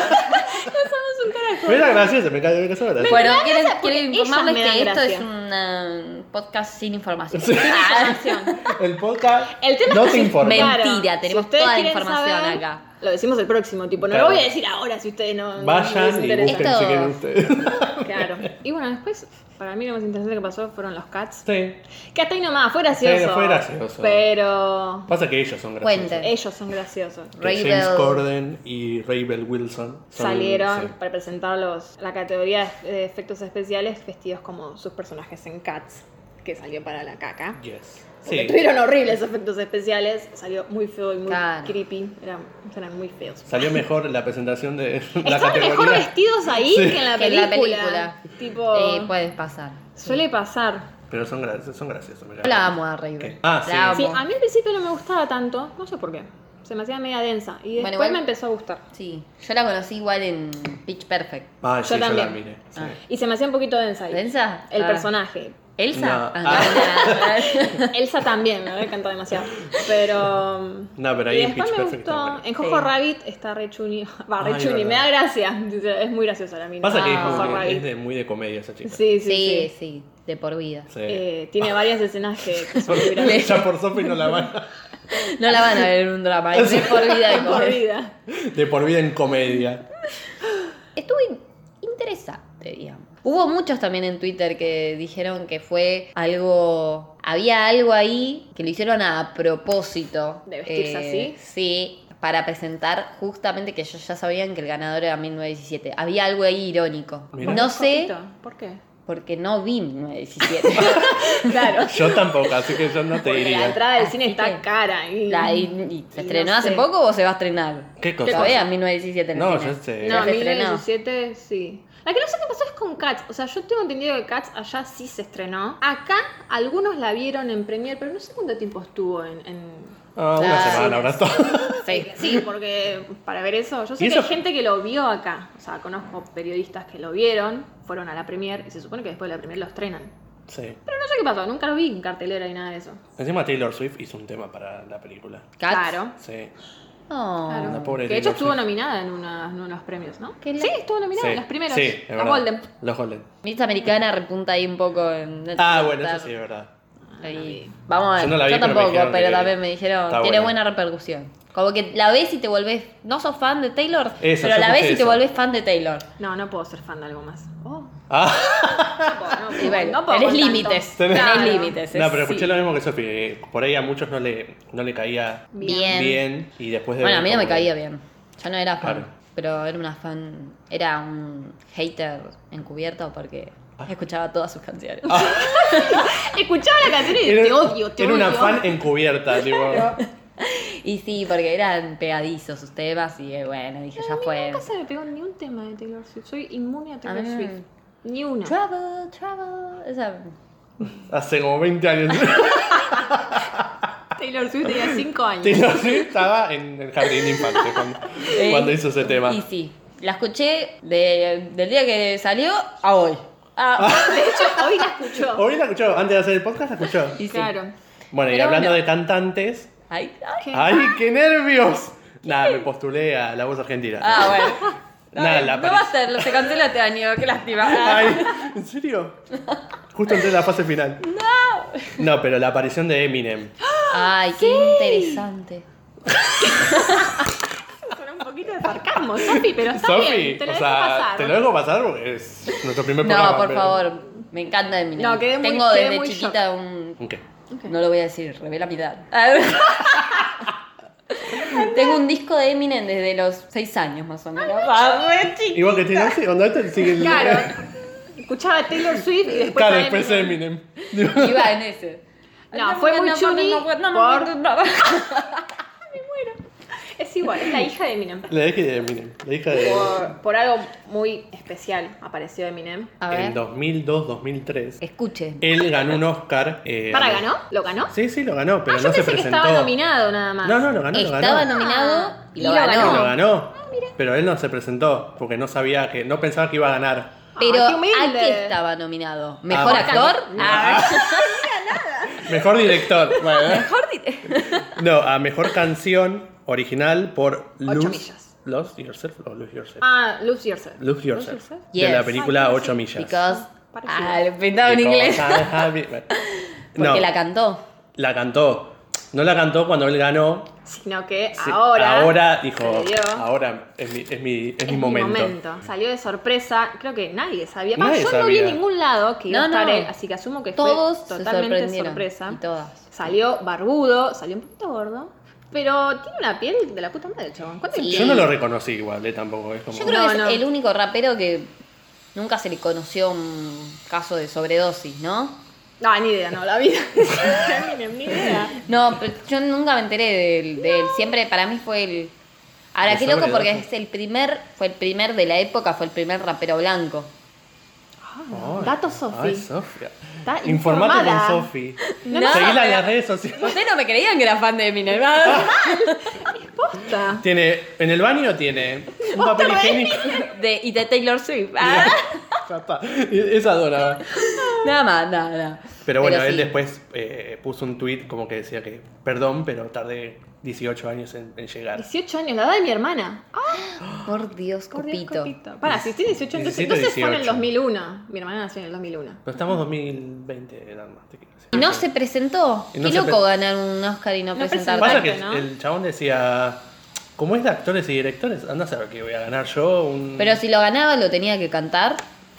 Speaker 2: un carajo. Era gracioso, me cayó me cayó
Speaker 1: Bueno,
Speaker 2: gracioso.
Speaker 1: quiero,
Speaker 3: gracia
Speaker 1: quiero
Speaker 3: porque ellas
Speaker 1: informarles
Speaker 3: me dan
Speaker 1: que esto
Speaker 3: gracia.
Speaker 1: es un eh, podcast sin información.
Speaker 2: Sí.
Speaker 1: Ah,
Speaker 2: El podcast
Speaker 3: El tema
Speaker 2: no
Speaker 3: es que
Speaker 2: te
Speaker 3: si-
Speaker 2: informa.
Speaker 1: Mentira,
Speaker 3: Claro,
Speaker 1: tenemos
Speaker 3: ustedes
Speaker 1: toda la
Speaker 3: quieren
Speaker 1: información acá.
Speaker 3: Lo decimos el próximo, tipo, no
Speaker 2: Claro.
Speaker 3: lo voy a decir ahora si ustedes no... no les
Speaker 2: Vayan y
Speaker 3: interesa.
Speaker 2: busquen si
Speaker 1: Esto-
Speaker 2: quieren ustedes.
Speaker 3: Claro. Y bueno, después, para mí lo más interesante que pasó fueron los cats.
Speaker 2: Sí.
Speaker 3: Que hasta ahí nomás, fue gracioso.
Speaker 2: Sí, fue gracioso.
Speaker 3: Pero...
Speaker 2: Pasa que ellos son graciosos.
Speaker 1: Cuenten.
Speaker 3: Ellos son graciosos.
Speaker 2: Que
Speaker 1: Ray
Speaker 2: James
Speaker 1: Bell.
Speaker 2: Corden y Raybel Wilson son-
Speaker 3: Salieron
Speaker 2: sí.
Speaker 3: para presentar los, la categoría de efectos especiales vestidos como sus personajes en Cats, que salió para la caca.
Speaker 2: Yes.
Speaker 3: Porque
Speaker 2: Sí.
Speaker 3: tuvieron horribles efectos especiales. Salió muy feo y muy
Speaker 1: Claro.
Speaker 3: creepy. Eran, eran muy feos.
Speaker 2: Salió mejor la presentación de la
Speaker 3: Estaban mejor
Speaker 2: categoría.
Speaker 3: vestidos ahí
Speaker 2: Sí.
Speaker 3: que en la
Speaker 1: Que en la
Speaker 3: película.
Speaker 1: película.
Speaker 3: Tipo,
Speaker 1: Eh, puede pasar.
Speaker 3: suele pasar.
Speaker 2: Pero son, gra- son graciosos. me cago.
Speaker 1: Yo la amo a Raven.
Speaker 2: ¿Qué? Ah, sí.
Speaker 1: La
Speaker 3: Sí,
Speaker 1: amo.
Speaker 3: a mí al principio no me gustaba tanto. No sé por qué. Se me hacía media densa. Y después
Speaker 1: Bueno, igual-
Speaker 3: me empezó a gustar.
Speaker 1: Sí, yo la conocí igual en Pitch Perfect.
Speaker 2: Ah, sí, yo, la
Speaker 3: también. Ah.
Speaker 2: miré. sí.
Speaker 3: Y se me hacía un poquito densa ahí.
Speaker 1: ¿Densa?
Speaker 3: El
Speaker 1: Ah.
Speaker 3: personaje.
Speaker 1: ¿Elsa?
Speaker 2: No. Ah.
Speaker 3: Elsa también, me había encantado demasiado. Pero.
Speaker 2: No, pero ahí
Speaker 3: y
Speaker 2: en
Speaker 3: después
Speaker 2: Pitch
Speaker 3: me
Speaker 2: Perfect
Speaker 3: gustó.
Speaker 2: está bueno.
Speaker 3: En Jojo
Speaker 1: Sí.
Speaker 3: Rabbit está re chuni. Va, re
Speaker 2: Ay,
Speaker 3: chuni,
Speaker 2: verdad.
Speaker 3: me da gracia. Es muy graciosa la mina.
Speaker 2: Pasa que
Speaker 1: Ah.
Speaker 2: es, como que
Speaker 3: Rabbit.
Speaker 2: es de- muy de Ah. comedia esa chica.
Speaker 3: Sí,
Speaker 1: sí,
Speaker 3: sí, sí.
Speaker 1: sí, de por vida.
Speaker 2: Sí.
Speaker 3: Eh, tiene varias escenas que, que son muy graciosas.
Speaker 2: ya por Sofi no la van a-
Speaker 1: No la van a ver en un drama, es de por vida. de
Speaker 3: por
Speaker 1: comer.
Speaker 3: vida.
Speaker 2: de por vida en comedia.
Speaker 1: Estuvo in- interesante, digamos. Hubo muchos también en Twitter que dijeron que fue algo. Había algo ahí que lo hicieron a propósito. Eh,
Speaker 3: ¿De vestirse así?
Speaker 1: Sí, para presentar justamente que ellos ya sabían que el ganador era 1917. Había algo ahí irónico.
Speaker 2: Mirá.
Speaker 1: No sé,
Speaker 3: Poquito, ¿Por qué?
Speaker 1: porque no vi 1917.
Speaker 3: Claro.
Speaker 2: Yo tampoco, así que yo no te
Speaker 3: Porque la
Speaker 2: diría.
Speaker 3: entrada del
Speaker 1: Así
Speaker 3: cine
Speaker 1: que-
Speaker 3: está cara. Y...
Speaker 1: La- y- y ¿Se
Speaker 3: Y
Speaker 1: estrenó
Speaker 3: no
Speaker 1: hace
Speaker 3: sé.
Speaker 1: poco o se va a estrenar?
Speaker 2: ¿Qué cosa?
Speaker 1: Todavía 1917 en el
Speaker 2: No,
Speaker 1: cine.
Speaker 2: yo sé.
Speaker 1: Ya
Speaker 3: No,
Speaker 1: se estrenó.
Speaker 3: 2017 sí. La que no sé qué pasó es con Cats. O sea, yo tengo entendido que Cats allá sí se estrenó. Acá algunos la vieron en Premiere, pero no sé cuánto tiempo estuvo en... en-
Speaker 2: Ah, una
Speaker 1: Ah,
Speaker 2: semana ahora todo.
Speaker 1: Sí.
Speaker 3: Eh, Sí, porque para ver eso, yo sé
Speaker 2: Y
Speaker 3: que hay
Speaker 2: eso-
Speaker 3: gente que lo vio acá. O sea, conozco periodistas que lo vieron, fueron a la Premiere y se supone que después de la Premiere lo estrenan.
Speaker 2: Sí.
Speaker 3: Pero no sé qué pasó, nunca lo vi en cartelera ni nada de eso.
Speaker 2: Encima Taylor Swift hizo un tema para la película.
Speaker 1: Cats.
Speaker 3: Claro.
Speaker 2: Sí.
Speaker 1: Oh.
Speaker 3: Claro.
Speaker 2: Ah, La pobre
Speaker 3: que de
Speaker 2: Taylor
Speaker 3: hecho estuvo
Speaker 2: Swift.
Speaker 3: nominada en, unas- en unos premios, ¿no?
Speaker 1: Qué
Speaker 3: Sí, estuvo nominada
Speaker 2: Sí.
Speaker 3: en los primeros.
Speaker 2: Sí, es
Speaker 3: los
Speaker 2: verdad.
Speaker 3: Golden.
Speaker 2: Los Golden.
Speaker 1: Mitz americana repunta ahí un poco en
Speaker 2: Ah, bueno, eso sí es verdad.
Speaker 3: Ah,
Speaker 1: Ahí. Vamos a ver.
Speaker 2: Yo
Speaker 1: Yo,
Speaker 2: no la vi, pero me
Speaker 1: tampoco, pero,
Speaker 2: dijeron que
Speaker 1: también me dijeron,
Speaker 2: está
Speaker 1: tiene
Speaker 2: buena.
Speaker 1: buena repercusión. Como que la ves y te volvés, no sos fan de Taylor,
Speaker 2: Eso,
Speaker 1: pero
Speaker 2: yo
Speaker 1: la ves
Speaker 2: escuché
Speaker 1: y te
Speaker 2: eso.
Speaker 1: volvés fan de Taylor.
Speaker 3: No, no puedo ser fan de algo más. Oh.
Speaker 2: Ah,
Speaker 3: No puedo, no puedo,
Speaker 1: Y bueno,
Speaker 3: no puedo
Speaker 1: tenés
Speaker 3: con tanto.
Speaker 1: límites,
Speaker 2: Tenés-
Speaker 1: tenés
Speaker 3: Claro.
Speaker 1: límites.
Speaker 2: no,
Speaker 1: es-
Speaker 2: pero escuché
Speaker 1: sí.
Speaker 2: lo mismo que Sofi. que Por ahí a muchos no le, no le caía
Speaker 1: Bien.
Speaker 2: bien. Y después de
Speaker 1: Bueno, a
Speaker 2: ver
Speaker 1: mí no me
Speaker 2: como-
Speaker 1: caía bien. Yo no era fan,
Speaker 2: Claro.
Speaker 1: pero era una fan, era un hater encubierto porque
Speaker 2: Ah.
Speaker 1: escuchaba todas sus canciones.
Speaker 3: Escuchaba la canción y
Speaker 2: Era,
Speaker 3: te odio, te
Speaker 2: era
Speaker 3: odio.
Speaker 2: una fan encubierta, tipo.
Speaker 1: Y sí, porque eran pegadizos sus temas y eh, bueno, dije, ya fue.
Speaker 3: Nunca se me pegó ni un tema de Taylor Swift. Soy inmune a Taylor
Speaker 1: Ah.
Speaker 3: Swift. Ni una.
Speaker 1: Trouble, trouble. Esa-
Speaker 2: Hace como 20 años.
Speaker 3: Taylor Swift tenía 5 años.
Speaker 2: Taylor Swift estaba en el jardín de infantes cuando,
Speaker 1: Eh,
Speaker 2: cuando hizo ese tema.
Speaker 1: Y sí, la escuché de- del día que salió a hoy. Ah,
Speaker 3: De hecho, hoy la escuchó.
Speaker 2: Hoy la escuchó, antes de hacer el podcast la escuchó.
Speaker 1: y sí.
Speaker 3: Claro.
Speaker 2: Bueno, y
Speaker 1: Pero
Speaker 2: hablando
Speaker 1: bueno.
Speaker 2: de cantantes.
Speaker 1: Ay, ay.
Speaker 3: ¿Qué?
Speaker 2: ¡Ay, qué nervios! Nada, me postulé a la voz argentina.
Speaker 1: Ah, bueno.
Speaker 2: Nada,
Speaker 1: no,
Speaker 2: la
Speaker 1: no va a ser, se cancela este año, qué lástima. Ah,
Speaker 2: Ay, ¿en serio? Justo entré en la fase final. No. No, pero la aparición de Eminem.
Speaker 1: Ay, qué interesante.
Speaker 3: Sonó un poquito de sarcasmo, Sofi, pero está
Speaker 2: Sofi,
Speaker 3: bien. Te lo
Speaker 2: o
Speaker 3: dejo
Speaker 2: sea,
Speaker 3: pasar.
Speaker 2: te lo dejo pasar porque es nuestro primer programa.
Speaker 1: No, por
Speaker 2: pero-
Speaker 1: favor, me encanta Eminem.
Speaker 3: No, quedé muy-
Speaker 1: Tengo
Speaker 3: quedé
Speaker 1: desde
Speaker 3: muy
Speaker 1: chiquita un...
Speaker 2: Ok.
Speaker 3: Ok.
Speaker 1: No lo voy a decir, revela mi edad. A ver. Tengo un disco de Eminem desde los 6 años más o menos. Ah, re chiquita.
Speaker 2: Igual que Taylor Swift, cuando este sigue el-
Speaker 3: Claro. Escuchaba Taylor Swift y después.
Speaker 2: Claro,
Speaker 3: a
Speaker 2: después
Speaker 3: Eminem.
Speaker 2: Eminem.
Speaker 1: Iba en ese.
Speaker 3: No, fue muy chuni por- Es igual, es la hija de Eminem.
Speaker 2: La hija de Eminem. La hija de.
Speaker 3: Por, por algo muy especial apareció Eminem.
Speaker 1: A
Speaker 2: En
Speaker 1: ver,
Speaker 2: 2002-2003,
Speaker 1: escuche.
Speaker 2: él ganó un Oscar. eh,
Speaker 3: ¿Para ganó? ¿Lo ganó?
Speaker 2: Sí, sí, lo ganó, pero
Speaker 3: ah, yo
Speaker 2: no se
Speaker 3: pensé que
Speaker 2: presentó.
Speaker 3: estaba nominado nada más.
Speaker 2: No, no, lo ganó, lo ganó. Ah,
Speaker 1: Estaba nominado y
Speaker 3: Ah, Y
Speaker 1: lo
Speaker 3: lo
Speaker 1: ganó.
Speaker 2: Lo
Speaker 3: ganó.
Speaker 2: ganó.
Speaker 3: Ah,
Speaker 2: Pero él no se presentó porque no sabía que no pensaba que iba a ganar.
Speaker 1: Pero
Speaker 3: Ay, qué humilde.
Speaker 1: ¿a qué estaba nominado? ¿Mejor
Speaker 2: Ah,
Speaker 1: actor?
Speaker 2: bueno.
Speaker 1: Ah,
Speaker 2: Mejor director. Bueno,
Speaker 1: mejor di-
Speaker 2: no, a mejor canción original por Lose,
Speaker 3: millas.
Speaker 2: Lose Yourself o Lose Yourself.
Speaker 3: Ah, Lose Yourself.
Speaker 2: Lose Yourself.
Speaker 3: Yourself.
Speaker 2: De la
Speaker 1: Yes.
Speaker 2: película
Speaker 3: Ay, sí,
Speaker 2: 8 millas.
Speaker 1: Because.
Speaker 3: Parecido.
Speaker 1: Ah, le pintaba en inglés.
Speaker 2: Because I'm happy. Bueno.
Speaker 1: Porque
Speaker 2: no,
Speaker 1: la cantó.
Speaker 2: la cantó. No la cantó cuando él ganó,
Speaker 3: Sino que
Speaker 2: Sí,
Speaker 3: ahora.
Speaker 2: ahora dijo,
Speaker 3: se dio.
Speaker 2: ahora es mi, es mi, es
Speaker 3: Es
Speaker 2: mi momento.
Speaker 3: Salió de sorpresa. Creo que nadie sabía. Va,
Speaker 2: Nadie
Speaker 3: yo no vi en
Speaker 2: sabía.
Speaker 3: ningún lado que iba
Speaker 1: No,
Speaker 3: a estar
Speaker 1: no.
Speaker 3: él, así que asumo que
Speaker 1: Todos
Speaker 3: fue
Speaker 1: se
Speaker 3: totalmente
Speaker 1: sorprendieron.
Speaker 3: sorpresa.
Speaker 1: Y todas.
Speaker 3: Salió barbudo, salió un poquito gordo. Pero tiene una piel de la puta madre, chabón. ¿Cuánto
Speaker 1: Sí.
Speaker 2: Yo no lo reconocí igual, eh, tampoco. Es como,
Speaker 1: Yo creo que es
Speaker 3: No, no.
Speaker 1: el único rapero que nunca se le conoció un caso de sobredosis, ¿no?
Speaker 3: No, ni idea, no, la vida. Eminem, ni idea.
Speaker 1: No, pero yo nunca me enteré de él. de él. Siempre para mí fue el. Ahora,
Speaker 2: El
Speaker 1: qué loco,
Speaker 2: sobre
Speaker 1: porque
Speaker 2: dato.
Speaker 1: es el primer, fue el primer de la época, fue el primer rapero blanco.
Speaker 2: Ay,
Speaker 3: Dato Sofi.
Speaker 2: Ay, Sofía.
Speaker 3: Está
Speaker 2: Informate
Speaker 3: informada.
Speaker 2: con Sofi.
Speaker 1: No,
Speaker 2: Seguila en
Speaker 1: pero-
Speaker 2: las redes sociales.
Speaker 1: Ustedes no me creían que era fan de Eminem. ¿ah?
Speaker 3: Posta.
Speaker 2: Tiene, en el baño tiene un papel higiénico.
Speaker 1: De, y de Taylor Swift. Ah.
Speaker 2: Ya está. Es adorable.
Speaker 1: Nada más, nada, nada.
Speaker 2: Pero bueno, él
Speaker 1: sí.
Speaker 2: después eh, puso un tweet como que decía que, perdón, pero tardé 18 años en, en llegar.
Speaker 3: 18 años, la edad de mi hermana. Ah,
Speaker 1: Por Dios,
Speaker 3: por Dios,
Speaker 1: copito.
Speaker 3: Copito. Para, si tiene 18, entonces,
Speaker 2: 17,
Speaker 3: entonces fue en el
Speaker 2: 18.
Speaker 3: 2001. Mi hermana nació en el 2001.
Speaker 2: Pero estamos 2020, nada más. Te quiero decir.
Speaker 1: Y no se presentó.
Speaker 2: Y no
Speaker 1: qué
Speaker 2: se
Speaker 1: loco
Speaker 2: pre-
Speaker 1: ganar un Oscar y no,
Speaker 3: No
Speaker 1: presentarte.
Speaker 2: Pasa
Speaker 3: presentó.
Speaker 2: que
Speaker 3: ¿no?
Speaker 2: el chabón decía, como es de actores y directores, anda a saber que voy a ganar yo un...
Speaker 1: Pero si lo ganaba, lo tenía que cantar.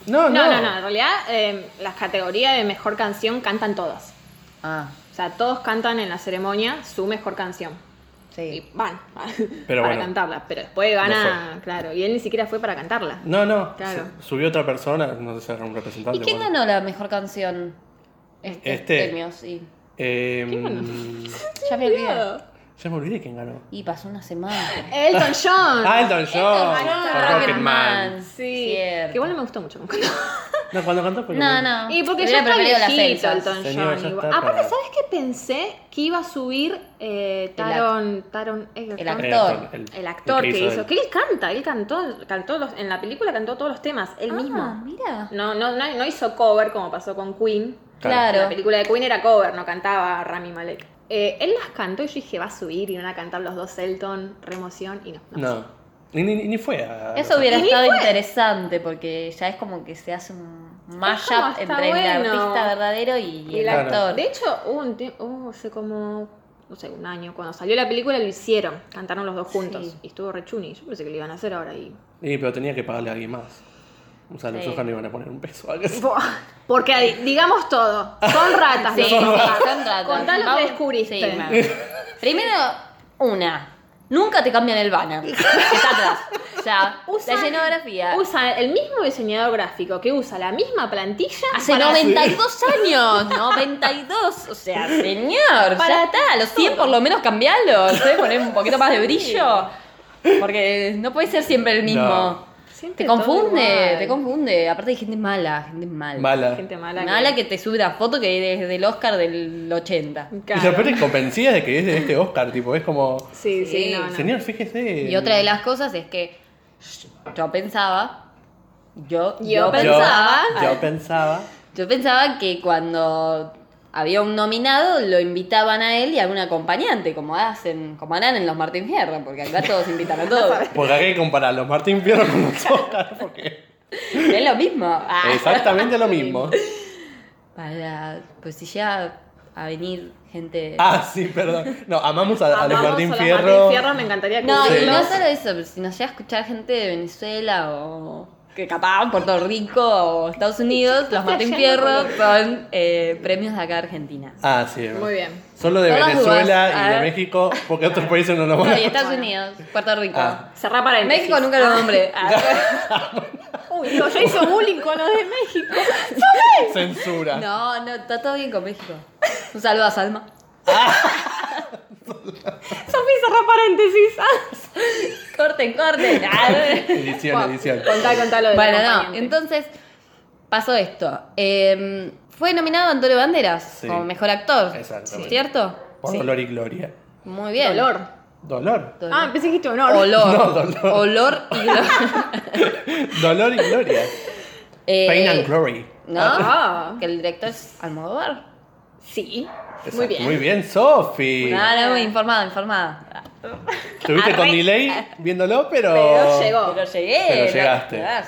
Speaker 2: No,
Speaker 3: No,
Speaker 2: no,
Speaker 3: no, no, en realidad eh, las categorías de mejor canción cantan todas.
Speaker 1: Ah,
Speaker 3: O sea, todos cantan en la ceremonia su mejor canción. Y
Speaker 1: sí.
Speaker 3: van
Speaker 2: Pero
Speaker 3: para
Speaker 2: bueno.
Speaker 3: cantarla, pero después gana, claro. Y él ni siquiera fue para cantarla.
Speaker 2: No, no.
Speaker 3: Claro.
Speaker 2: Su- Subió otra persona, no sé si era un
Speaker 1: ¿Y
Speaker 2: representante.
Speaker 1: quién
Speaker 2: bueno.
Speaker 1: ganó la mejor canción? Este.
Speaker 2: Este.
Speaker 1: Premio, sí.
Speaker 2: Eh,
Speaker 1: Ya me olvidé.
Speaker 2: ya me olvidé quién ganó.
Speaker 1: Y pasó una semana.
Speaker 3: Elton John.
Speaker 2: Ah, Elton John.
Speaker 3: John.
Speaker 2: Por Rocketman.
Speaker 1: Rocketman.
Speaker 3: Sí.
Speaker 1: Cierto.
Speaker 3: Que igual no me gustó mucho.
Speaker 2: No, cuando cantó fue como-
Speaker 1: No, no.
Speaker 3: Y porque
Speaker 1: Hubiera
Speaker 3: ya está
Speaker 1: preferido las
Speaker 3: viejito
Speaker 1: Elsas.
Speaker 3: Elton
Speaker 2: Señor, ya
Speaker 3: John.
Speaker 2: está
Speaker 3: igual. Aparte,
Speaker 2: para-
Speaker 3: ¿sabes qué pensé? Que iba a subir eh, Taron, Taron
Speaker 1: El
Speaker 3: Egerton.
Speaker 1: actor.
Speaker 2: Eh,
Speaker 3: El actor que hizo.
Speaker 2: él.
Speaker 3: Que él canta, él cantó, cantó los- en la película cantó todos los temas, él
Speaker 1: Ah,
Speaker 3: mismo.
Speaker 1: mira.
Speaker 3: No, no, no, no hizo cover como pasó con Queen.
Speaker 1: Claro.
Speaker 3: La película de Queen era cover, no cantaba Rami Malek. Eh, él las cantó y yo dije, va a subir y van a cantar los dos Elton, remoción, y no.
Speaker 2: No. Ni, ni, ni fue a.
Speaker 1: Eso hubiera
Speaker 3: Y ni
Speaker 1: estado
Speaker 3: fue.
Speaker 1: interesante porque ya es como que se hace un mashup
Speaker 3: está
Speaker 1: entre el
Speaker 3: bueno.
Speaker 1: artista verdadero y,
Speaker 3: Y
Speaker 1: el
Speaker 3: la-
Speaker 1: actor.
Speaker 3: De hecho, hubo un tie- hubo hace como, no sé, un año, cuando salió la película lo hicieron, cantaron los dos juntos.
Speaker 1: Sí.
Speaker 3: Y estuvo re chuni. Yo pensé que lo iban a hacer ahora y.
Speaker 2: Sí, pero tenía que pagarle a alguien más. O sea, los
Speaker 1: Sí.
Speaker 2: Oscar no iban a poner un peso. algo así.
Speaker 3: Buah, Porque di- digamos todo, son ratas.
Speaker 1: Sí,
Speaker 3: los
Speaker 1: sí, son
Speaker 3: Oscars.
Speaker 1: ratas.
Speaker 3: Ah, Contá lo que
Speaker 1: Vamos-
Speaker 3: descubriste.
Speaker 1: Sí, ma. Primero, una. Nunca te cambian el banner. Que Está atrás. Ya.
Speaker 3: Usan-
Speaker 1: la llenografía.
Speaker 3: Usa el mismo diseñador gráfico que usa la misma plantilla
Speaker 1: Hace
Speaker 3: para-
Speaker 1: 92 años, 92, o sea, señor,
Speaker 3: Para
Speaker 1: ya está, los 100 por lo menos cambialo, ¿sabes? poner un poquito más de brillo, porque no puede ser siempre el mismo.
Speaker 2: No.
Speaker 3: Siempre
Speaker 1: Te
Speaker 3: todo
Speaker 1: confunde,
Speaker 3: igual.
Speaker 1: te confunde, aparte hay gente mala, gente mala.
Speaker 2: Mala.
Speaker 3: Gente mala.
Speaker 1: Mala, que te sube la foto que es del Oscar del 80.
Speaker 3: Claro.
Speaker 2: Y lo peor es que convencida de que es de este Oscar, tipo, es como.
Speaker 3: Sí, sí,
Speaker 1: Sí.
Speaker 3: no, no.
Speaker 2: Señor, fíjese.
Speaker 1: Y otra de las cosas es que yo pensaba, yo,
Speaker 3: Yo
Speaker 1: yo
Speaker 2: Yo-
Speaker 1: pensaba,
Speaker 2: Yo pensaba.
Speaker 1: Yo pensaba que cuando había un nominado lo invitaban a él y a un acompañante, como hacen, como harán en los Martín Fierro, porque acá todos invitan a todos.
Speaker 2: Porque hay que comparar los Martín Fierro con los Oscar. Porque
Speaker 1: es lo mismo. Ah.
Speaker 2: exactamente lo mismo.
Speaker 1: Para, pues si ya a venir gente.
Speaker 2: Ah, sí, perdón. No, amamos a, a los
Speaker 3: Amamos
Speaker 2: Martín
Speaker 3: a los
Speaker 2: Fierro.
Speaker 3: Martín Fierro, me encantaría que
Speaker 1: no, y
Speaker 2: sí.
Speaker 1: no solo eso, si nos llega a escuchar gente de Venezuela o que capaz Puerto Rico o Estados Unidos, los Martín Fierro son eh, premios de acá de Argentina.
Speaker 2: Ah, sí.
Speaker 3: Muy bien.
Speaker 2: Solo de
Speaker 1: Todas las
Speaker 2: Venezuela
Speaker 1: dudas.
Speaker 2: y de
Speaker 1: Ah.
Speaker 2: México, porque otros países no nos van
Speaker 1: No,
Speaker 2: a.
Speaker 1: y Estados Unidos, Puerto Rico.
Speaker 2: Ah.
Speaker 3: Cerrá para el
Speaker 1: México nunca lo nombré. Ah.
Speaker 3: Uy, no, yo hice bullying con los de México.
Speaker 2: Censura.
Speaker 1: No, no, está todo bien con México. Un saludo a Salma.
Speaker 3: Sofía, cerrá paréntesis. Ah.
Speaker 1: Corten, corten.
Speaker 2: Edición, edición.
Speaker 3: Contá, contá lo de
Speaker 1: bueno, no, entonces pasó esto. Eh, fue nominado Antonio Banderas
Speaker 2: Sí.
Speaker 1: como mejor actor.
Speaker 2: Exactamente.
Speaker 1: ¿Cierto?
Speaker 2: Por
Speaker 1: Sí.
Speaker 2: dolor y gloria.
Speaker 1: Muy bien.
Speaker 3: Dolor.
Speaker 2: Dolor.
Speaker 1: Dolor.
Speaker 3: Ah, pensé que dijiste honor.
Speaker 1: Olor.
Speaker 2: No, dolor.
Speaker 1: Olor y gloria.
Speaker 2: Dolor y gloria.
Speaker 1: Eh,
Speaker 2: Pain and glory.
Speaker 1: ¿No?
Speaker 3: Ah.
Speaker 1: Que el director es Almodóvar.
Speaker 3: Sí. Muy
Speaker 2: Exacto.
Speaker 3: bien.
Speaker 2: Muy bien, Sofi.
Speaker 1: No, no, informada, informada.
Speaker 2: Estuviste con delay viéndolo, pero.
Speaker 3: Pero llegó.
Speaker 1: Pero llegué.
Speaker 2: Pero
Speaker 1: la-
Speaker 2: llegaste.
Speaker 1: la-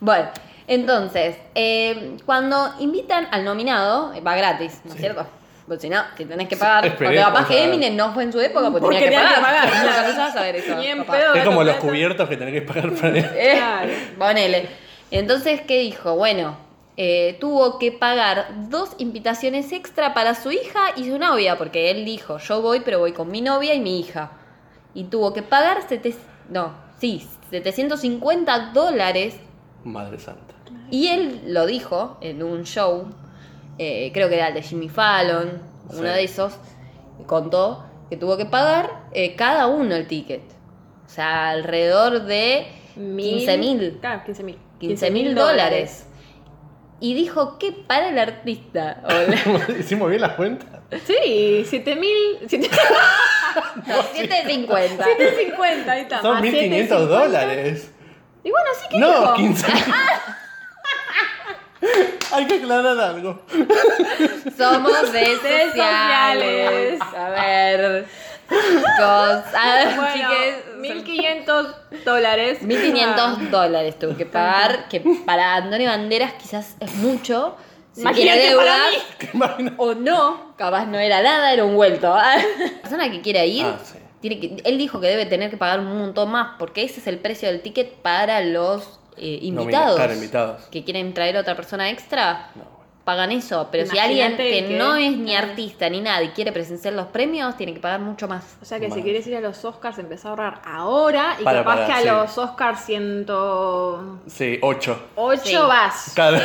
Speaker 1: Bueno, entonces, eh, cuando invitan al nominado, eh, va gratis, ¿no es
Speaker 2: Sí.
Speaker 1: cierto? Porque si no, si tenés que pagar.
Speaker 2: Esperemos,
Speaker 1: porque capaz que
Speaker 2: claro.
Speaker 1: Eminem no fue en su época porque,
Speaker 3: Porque
Speaker 1: tenía que
Speaker 3: tenía que
Speaker 1: pagar.
Speaker 3: pagar.
Speaker 1: Nunca pensaba saber eso,
Speaker 3: Ni en
Speaker 1: capaz.
Speaker 3: pedo.
Speaker 2: Es como los
Speaker 3: Plata.
Speaker 2: cubiertos que tenés que pagar para él.
Speaker 1: Eh,
Speaker 3: Claro.
Speaker 1: ponele. Entonces, ¿qué dijo? Bueno, eh, tuvo que pagar dos invitaciones extra para su hija y su novia, porque él dijo, yo voy, pero voy con mi novia y mi hija. Y tuvo que pagar sete- no, sí, 750 dólares
Speaker 2: Madre santa.
Speaker 1: y él lo dijo en un show eh, creo que era el de Jimmy Fallon,
Speaker 2: Sí.
Speaker 1: uno de esos, contó que tuvo que pagar eh, cada uno el ticket. O sea, alrededor de 15.000
Speaker 3: Claro, 15.000.
Speaker 1: 15 mil dólares. Y dijo que para el artista. o la-
Speaker 2: Hicimos bien la cuenta.
Speaker 3: Sí, 7.000. 7.050,
Speaker 1: No, 750.
Speaker 3: ahí está.
Speaker 2: Son
Speaker 3: más
Speaker 2: 1500
Speaker 3: 750.
Speaker 2: dólares.
Speaker 3: Y bueno, sí que
Speaker 2: No,
Speaker 3: dijo.
Speaker 2: 15. Hay que aclarar algo.
Speaker 1: Somos redes
Speaker 3: Redes
Speaker 1: sociales.
Speaker 3: sociales.
Speaker 1: A ver. Cosas.
Speaker 3: Bueno,
Speaker 1: chiques,
Speaker 3: 1.500 dólares. Ah.
Speaker 1: 1500 dólares tuve que pagar, que para Antonio Banderas quizás es mucho. Si
Speaker 3: Imagínate
Speaker 1: quiere deuda
Speaker 3: para mí.
Speaker 2: Qué vaina.
Speaker 1: o no, capaz no era nada, era un vuelto. La persona que quiera ir,
Speaker 2: Ah, sí.
Speaker 1: tiene que, él dijo que debe tener que pagar un montón más, porque ese es el precio del ticket para los eh, invitados.
Speaker 2: claro, invitados.
Speaker 1: Que quieren traer a otra persona extra,
Speaker 2: No, bueno.
Speaker 1: pagan eso. Pero si alguien
Speaker 3: Imagínate
Speaker 1: que,
Speaker 3: que- Ah.
Speaker 1: no es ni artista ni nada y quiere presenciar los premios, tiene que pagar mucho más.
Speaker 3: O sea que
Speaker 2: Bueno.
Speaker 3: si quieres ir a los Oscars, empezá a ahorrar ahora y
Speaker 2: Para,
Speaker 3: capaz
Speaker 2: para,
Speaker 3: que a
Speaker 2: sí.
Speaker 3: los Oscars 108
Speaker 2: Sí, 8.
Speaker 1: Sí.
Speaker 3: vas.
Speaker 2: Claro.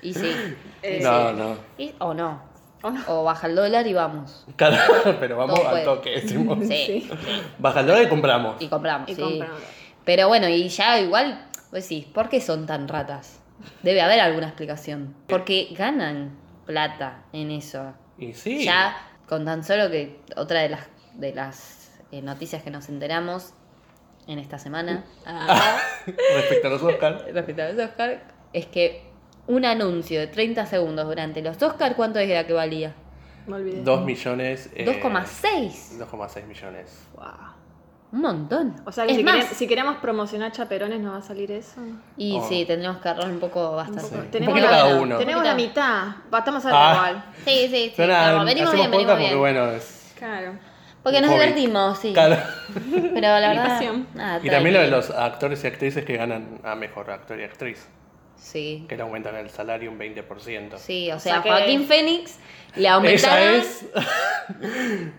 Speaker 1: Y sí.
Speaker 3: Eh,
Speaker 2: No, no.
Speaker 1: Y- o no.
Speaker 3: O no.
Speaker 1: O baja el dólar y vamos.
Speaker 2: Claro, pero vamos
Speaker 1: Todo
Speaker 2: al
Speaker 1: puede.
Speaker 2: toque, decimos.
Speaker 1: Sí.
Speaker 3: Sí.
Speaker 2: Baja el dólar y compramos.
Speaker 1: Y compramos.
Speaker 3: Y
Speaker 1: sí.
Speaker 3: compramos.
Speaker 1: Pero bueno, y ya igual, pues sí, ¿por qué son tan ratas? Debe haber alguna explicación. Porque ganan plata en eso.
Speaker 2: Y sí.
Speaker 1: Ya con tan solo que otra de las de las eh, noticias que nos enteramos en esta semana ah,
Speaker 2: Respecto a los Oscars.
Speaker 1: respecto a los Oscar es que un anuncio de 30 segundos durante los Oscar, ¿cuánto era que valía?
Speaker 3: Me olvidé.
Speaker 2: 2 millones. eh,
Speaker 1: 2,6.
Speaker 2: 2,6 millones.
Speaker 3: Guau.
Speaker 1: Un montón.
Speaker 3: O sea que
Speaker 1: Es
Speaker 3: si,
Speaker 1: más,
Speaker 3: queremos, si queremos promocionar chaperones, ¿no va a salir eso?
Speaker 1: Y
Speaker 2: Oh.
Speaker 1: sí, tendríamos que ahorrar un poco
Speaker 3: Un
Speaker 1: bastante.
Speaker 3: poco.
Speaker 2: Sí. Un
Speaker 3: Tenemos,
Speaker 2: poquito
Speaker 3: la,
Speaker 2: cada uno.
Speaker 3: tenemos la mitad. Va, Estamos a ver
Speaker 2: Ah.
Speaker 3: igual.
Speaker 1: Sí, sí, sí.
Speaker 2: Suena-
Speaker 1: estamos- venimos
Speaker 2: hacemos
Speaker 1: bien, venimos
Speaker 2: podcast
Speaker 1: bien.
Speaker 2: porque bueno, es.
Speaker 3: Claro.
Speaker 1: Porque nos
Speaker 2: Hobby.
Speaker 1: divertimos, sí.
Speaker 2: Claro.
Speaker 1: Pero la verdad.
Speaker 3: pasión.
Speaker 1: nada,
Speaker 2: Y también lo de
Speaker 1: tranqui.
Speaker 2: los actores y actrices que ganan a mejor actor y actriz,
Speaker 1: Sí.
Speaker 2: que le aumentan el salario un 20%.
Speaker 1: Sí, o
Speaker 3: O
Speaker 1: sea,
Speaker 3: sea que-
Speaker 1: Joaquín Fénix le
Speaker 2: Esa
Speaker 1: aumentaron
Speaker 2: es. Pero-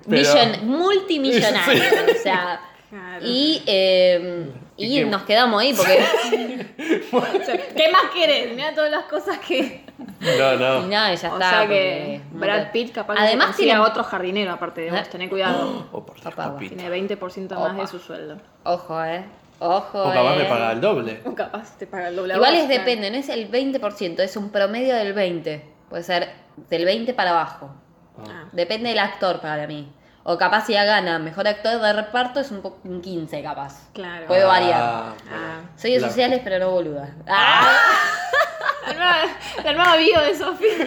Speaker 1: millon- multimillonario. O sea.
Speaker 3: Claro.
Speaker 1: Y, eh, y
Speaker 2: ¿Y qué?
Speaker 1: nos quedamos ahí porque
Speaker 3: O sea, ¿Qué más querés? Mira todas las cosas que.
Speaker 2: No,
Speaker 1: y
Speaker 2: no.
Speaker 1: nada, ya
Speaker 3: o
Speaker 1: está.
Speaker 3: sea
Speaker 1: porque-
Speaker 3: que Brad Pitt capaz que
Speaker 1: Además
Speaker 3: se consigue
Speaker 1: tiene-
Speaker 3: a otro jardinero, aparte debemos
Speaker 1: ¿Eh?
Speaker 3: tener cuidado.
Speaker 2: O por Dios,
Speaker 1: Papá,
Speaker 2: papito.
Speaker 3: Tiene 20% más
Speaker 1: Opa.
Speaker 3: de su sueldo.
Speaker 1: Ojo, eh. Ojo.
Speaker 2: O capaz
Speaker 1: eh.
Speaker 2: me paga el doble.
Speaker 3: O capaz te paga el doble. a
Speaker 1: Igual
Speaker 3: vos,
Speaker 1: es
Speaker 3: claro.
Speaker 1: depende, no es el 20%, es un promedio del 20%. Puede ser del 20 para abajo.
Speaker 3: Ah.
Speaker 1: Depende del actor para mí. O capaz si ya gana mejor actor de reparto es un, po- un 15 capaz.
Speaker 3: Claro.
Speaker 1: Puedo variar.
Speaker 2: Ah,
Speaker 3: Ah.
Speaker 1: Soy de
Speaker 2: Claro.
Speaker 1: sociales pero no boluda. ¡Ah!
Speaker 3: La nueva, la nueva bio de Sofía.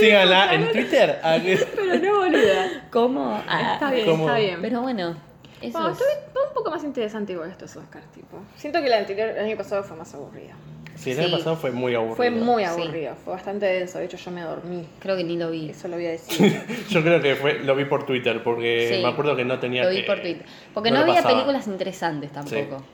Speaker 2: Síganla en Twitter. Ah, que-
Speaker 3: Pero no, boluda.
Speaker 1: ¿Cómo? Ah.
Speaker 3: Está bien,
Speaker 2: ¿Cómo?
Speaker 3: está bien.
Speaker 1: Pero bueno, eso
Speaker 3: Bueno,
Speaker 1: es.
Speaker 3: estuvo- estuvo un poco más interesante igual estos Oscars, tipo. Siento que el anterior, el año pasado fue más aburrido.
Speaker 2: Sí, el año
Speaker 1: Sí.
Speaker 2: pasado fue muy aburrido.
Speaker 3: Fue muy
Speaker 1: Sí.
Speaker 3: aburrido, fue bastante denso. De hecho, yo me dormí.
Speaker 1: Creo que ni lo vi.
Speaker 3: Eso lo voy a decir.
Speaker 2: Yo creo que fue, lo vi por Twitter porque
Speaker 1: Sí.
Speaker 2: me acuerdo que no tenía
Speaker 1: Lo vi
Speaker 2: que-
Speaker 1: por Twitter. Porque
Speaker 2: no
Speaker 1: no,
Speaker 2: le
Speaker 1: había
Speaker 2: pasaba.
Speaker 1: películas interesantes tampoco.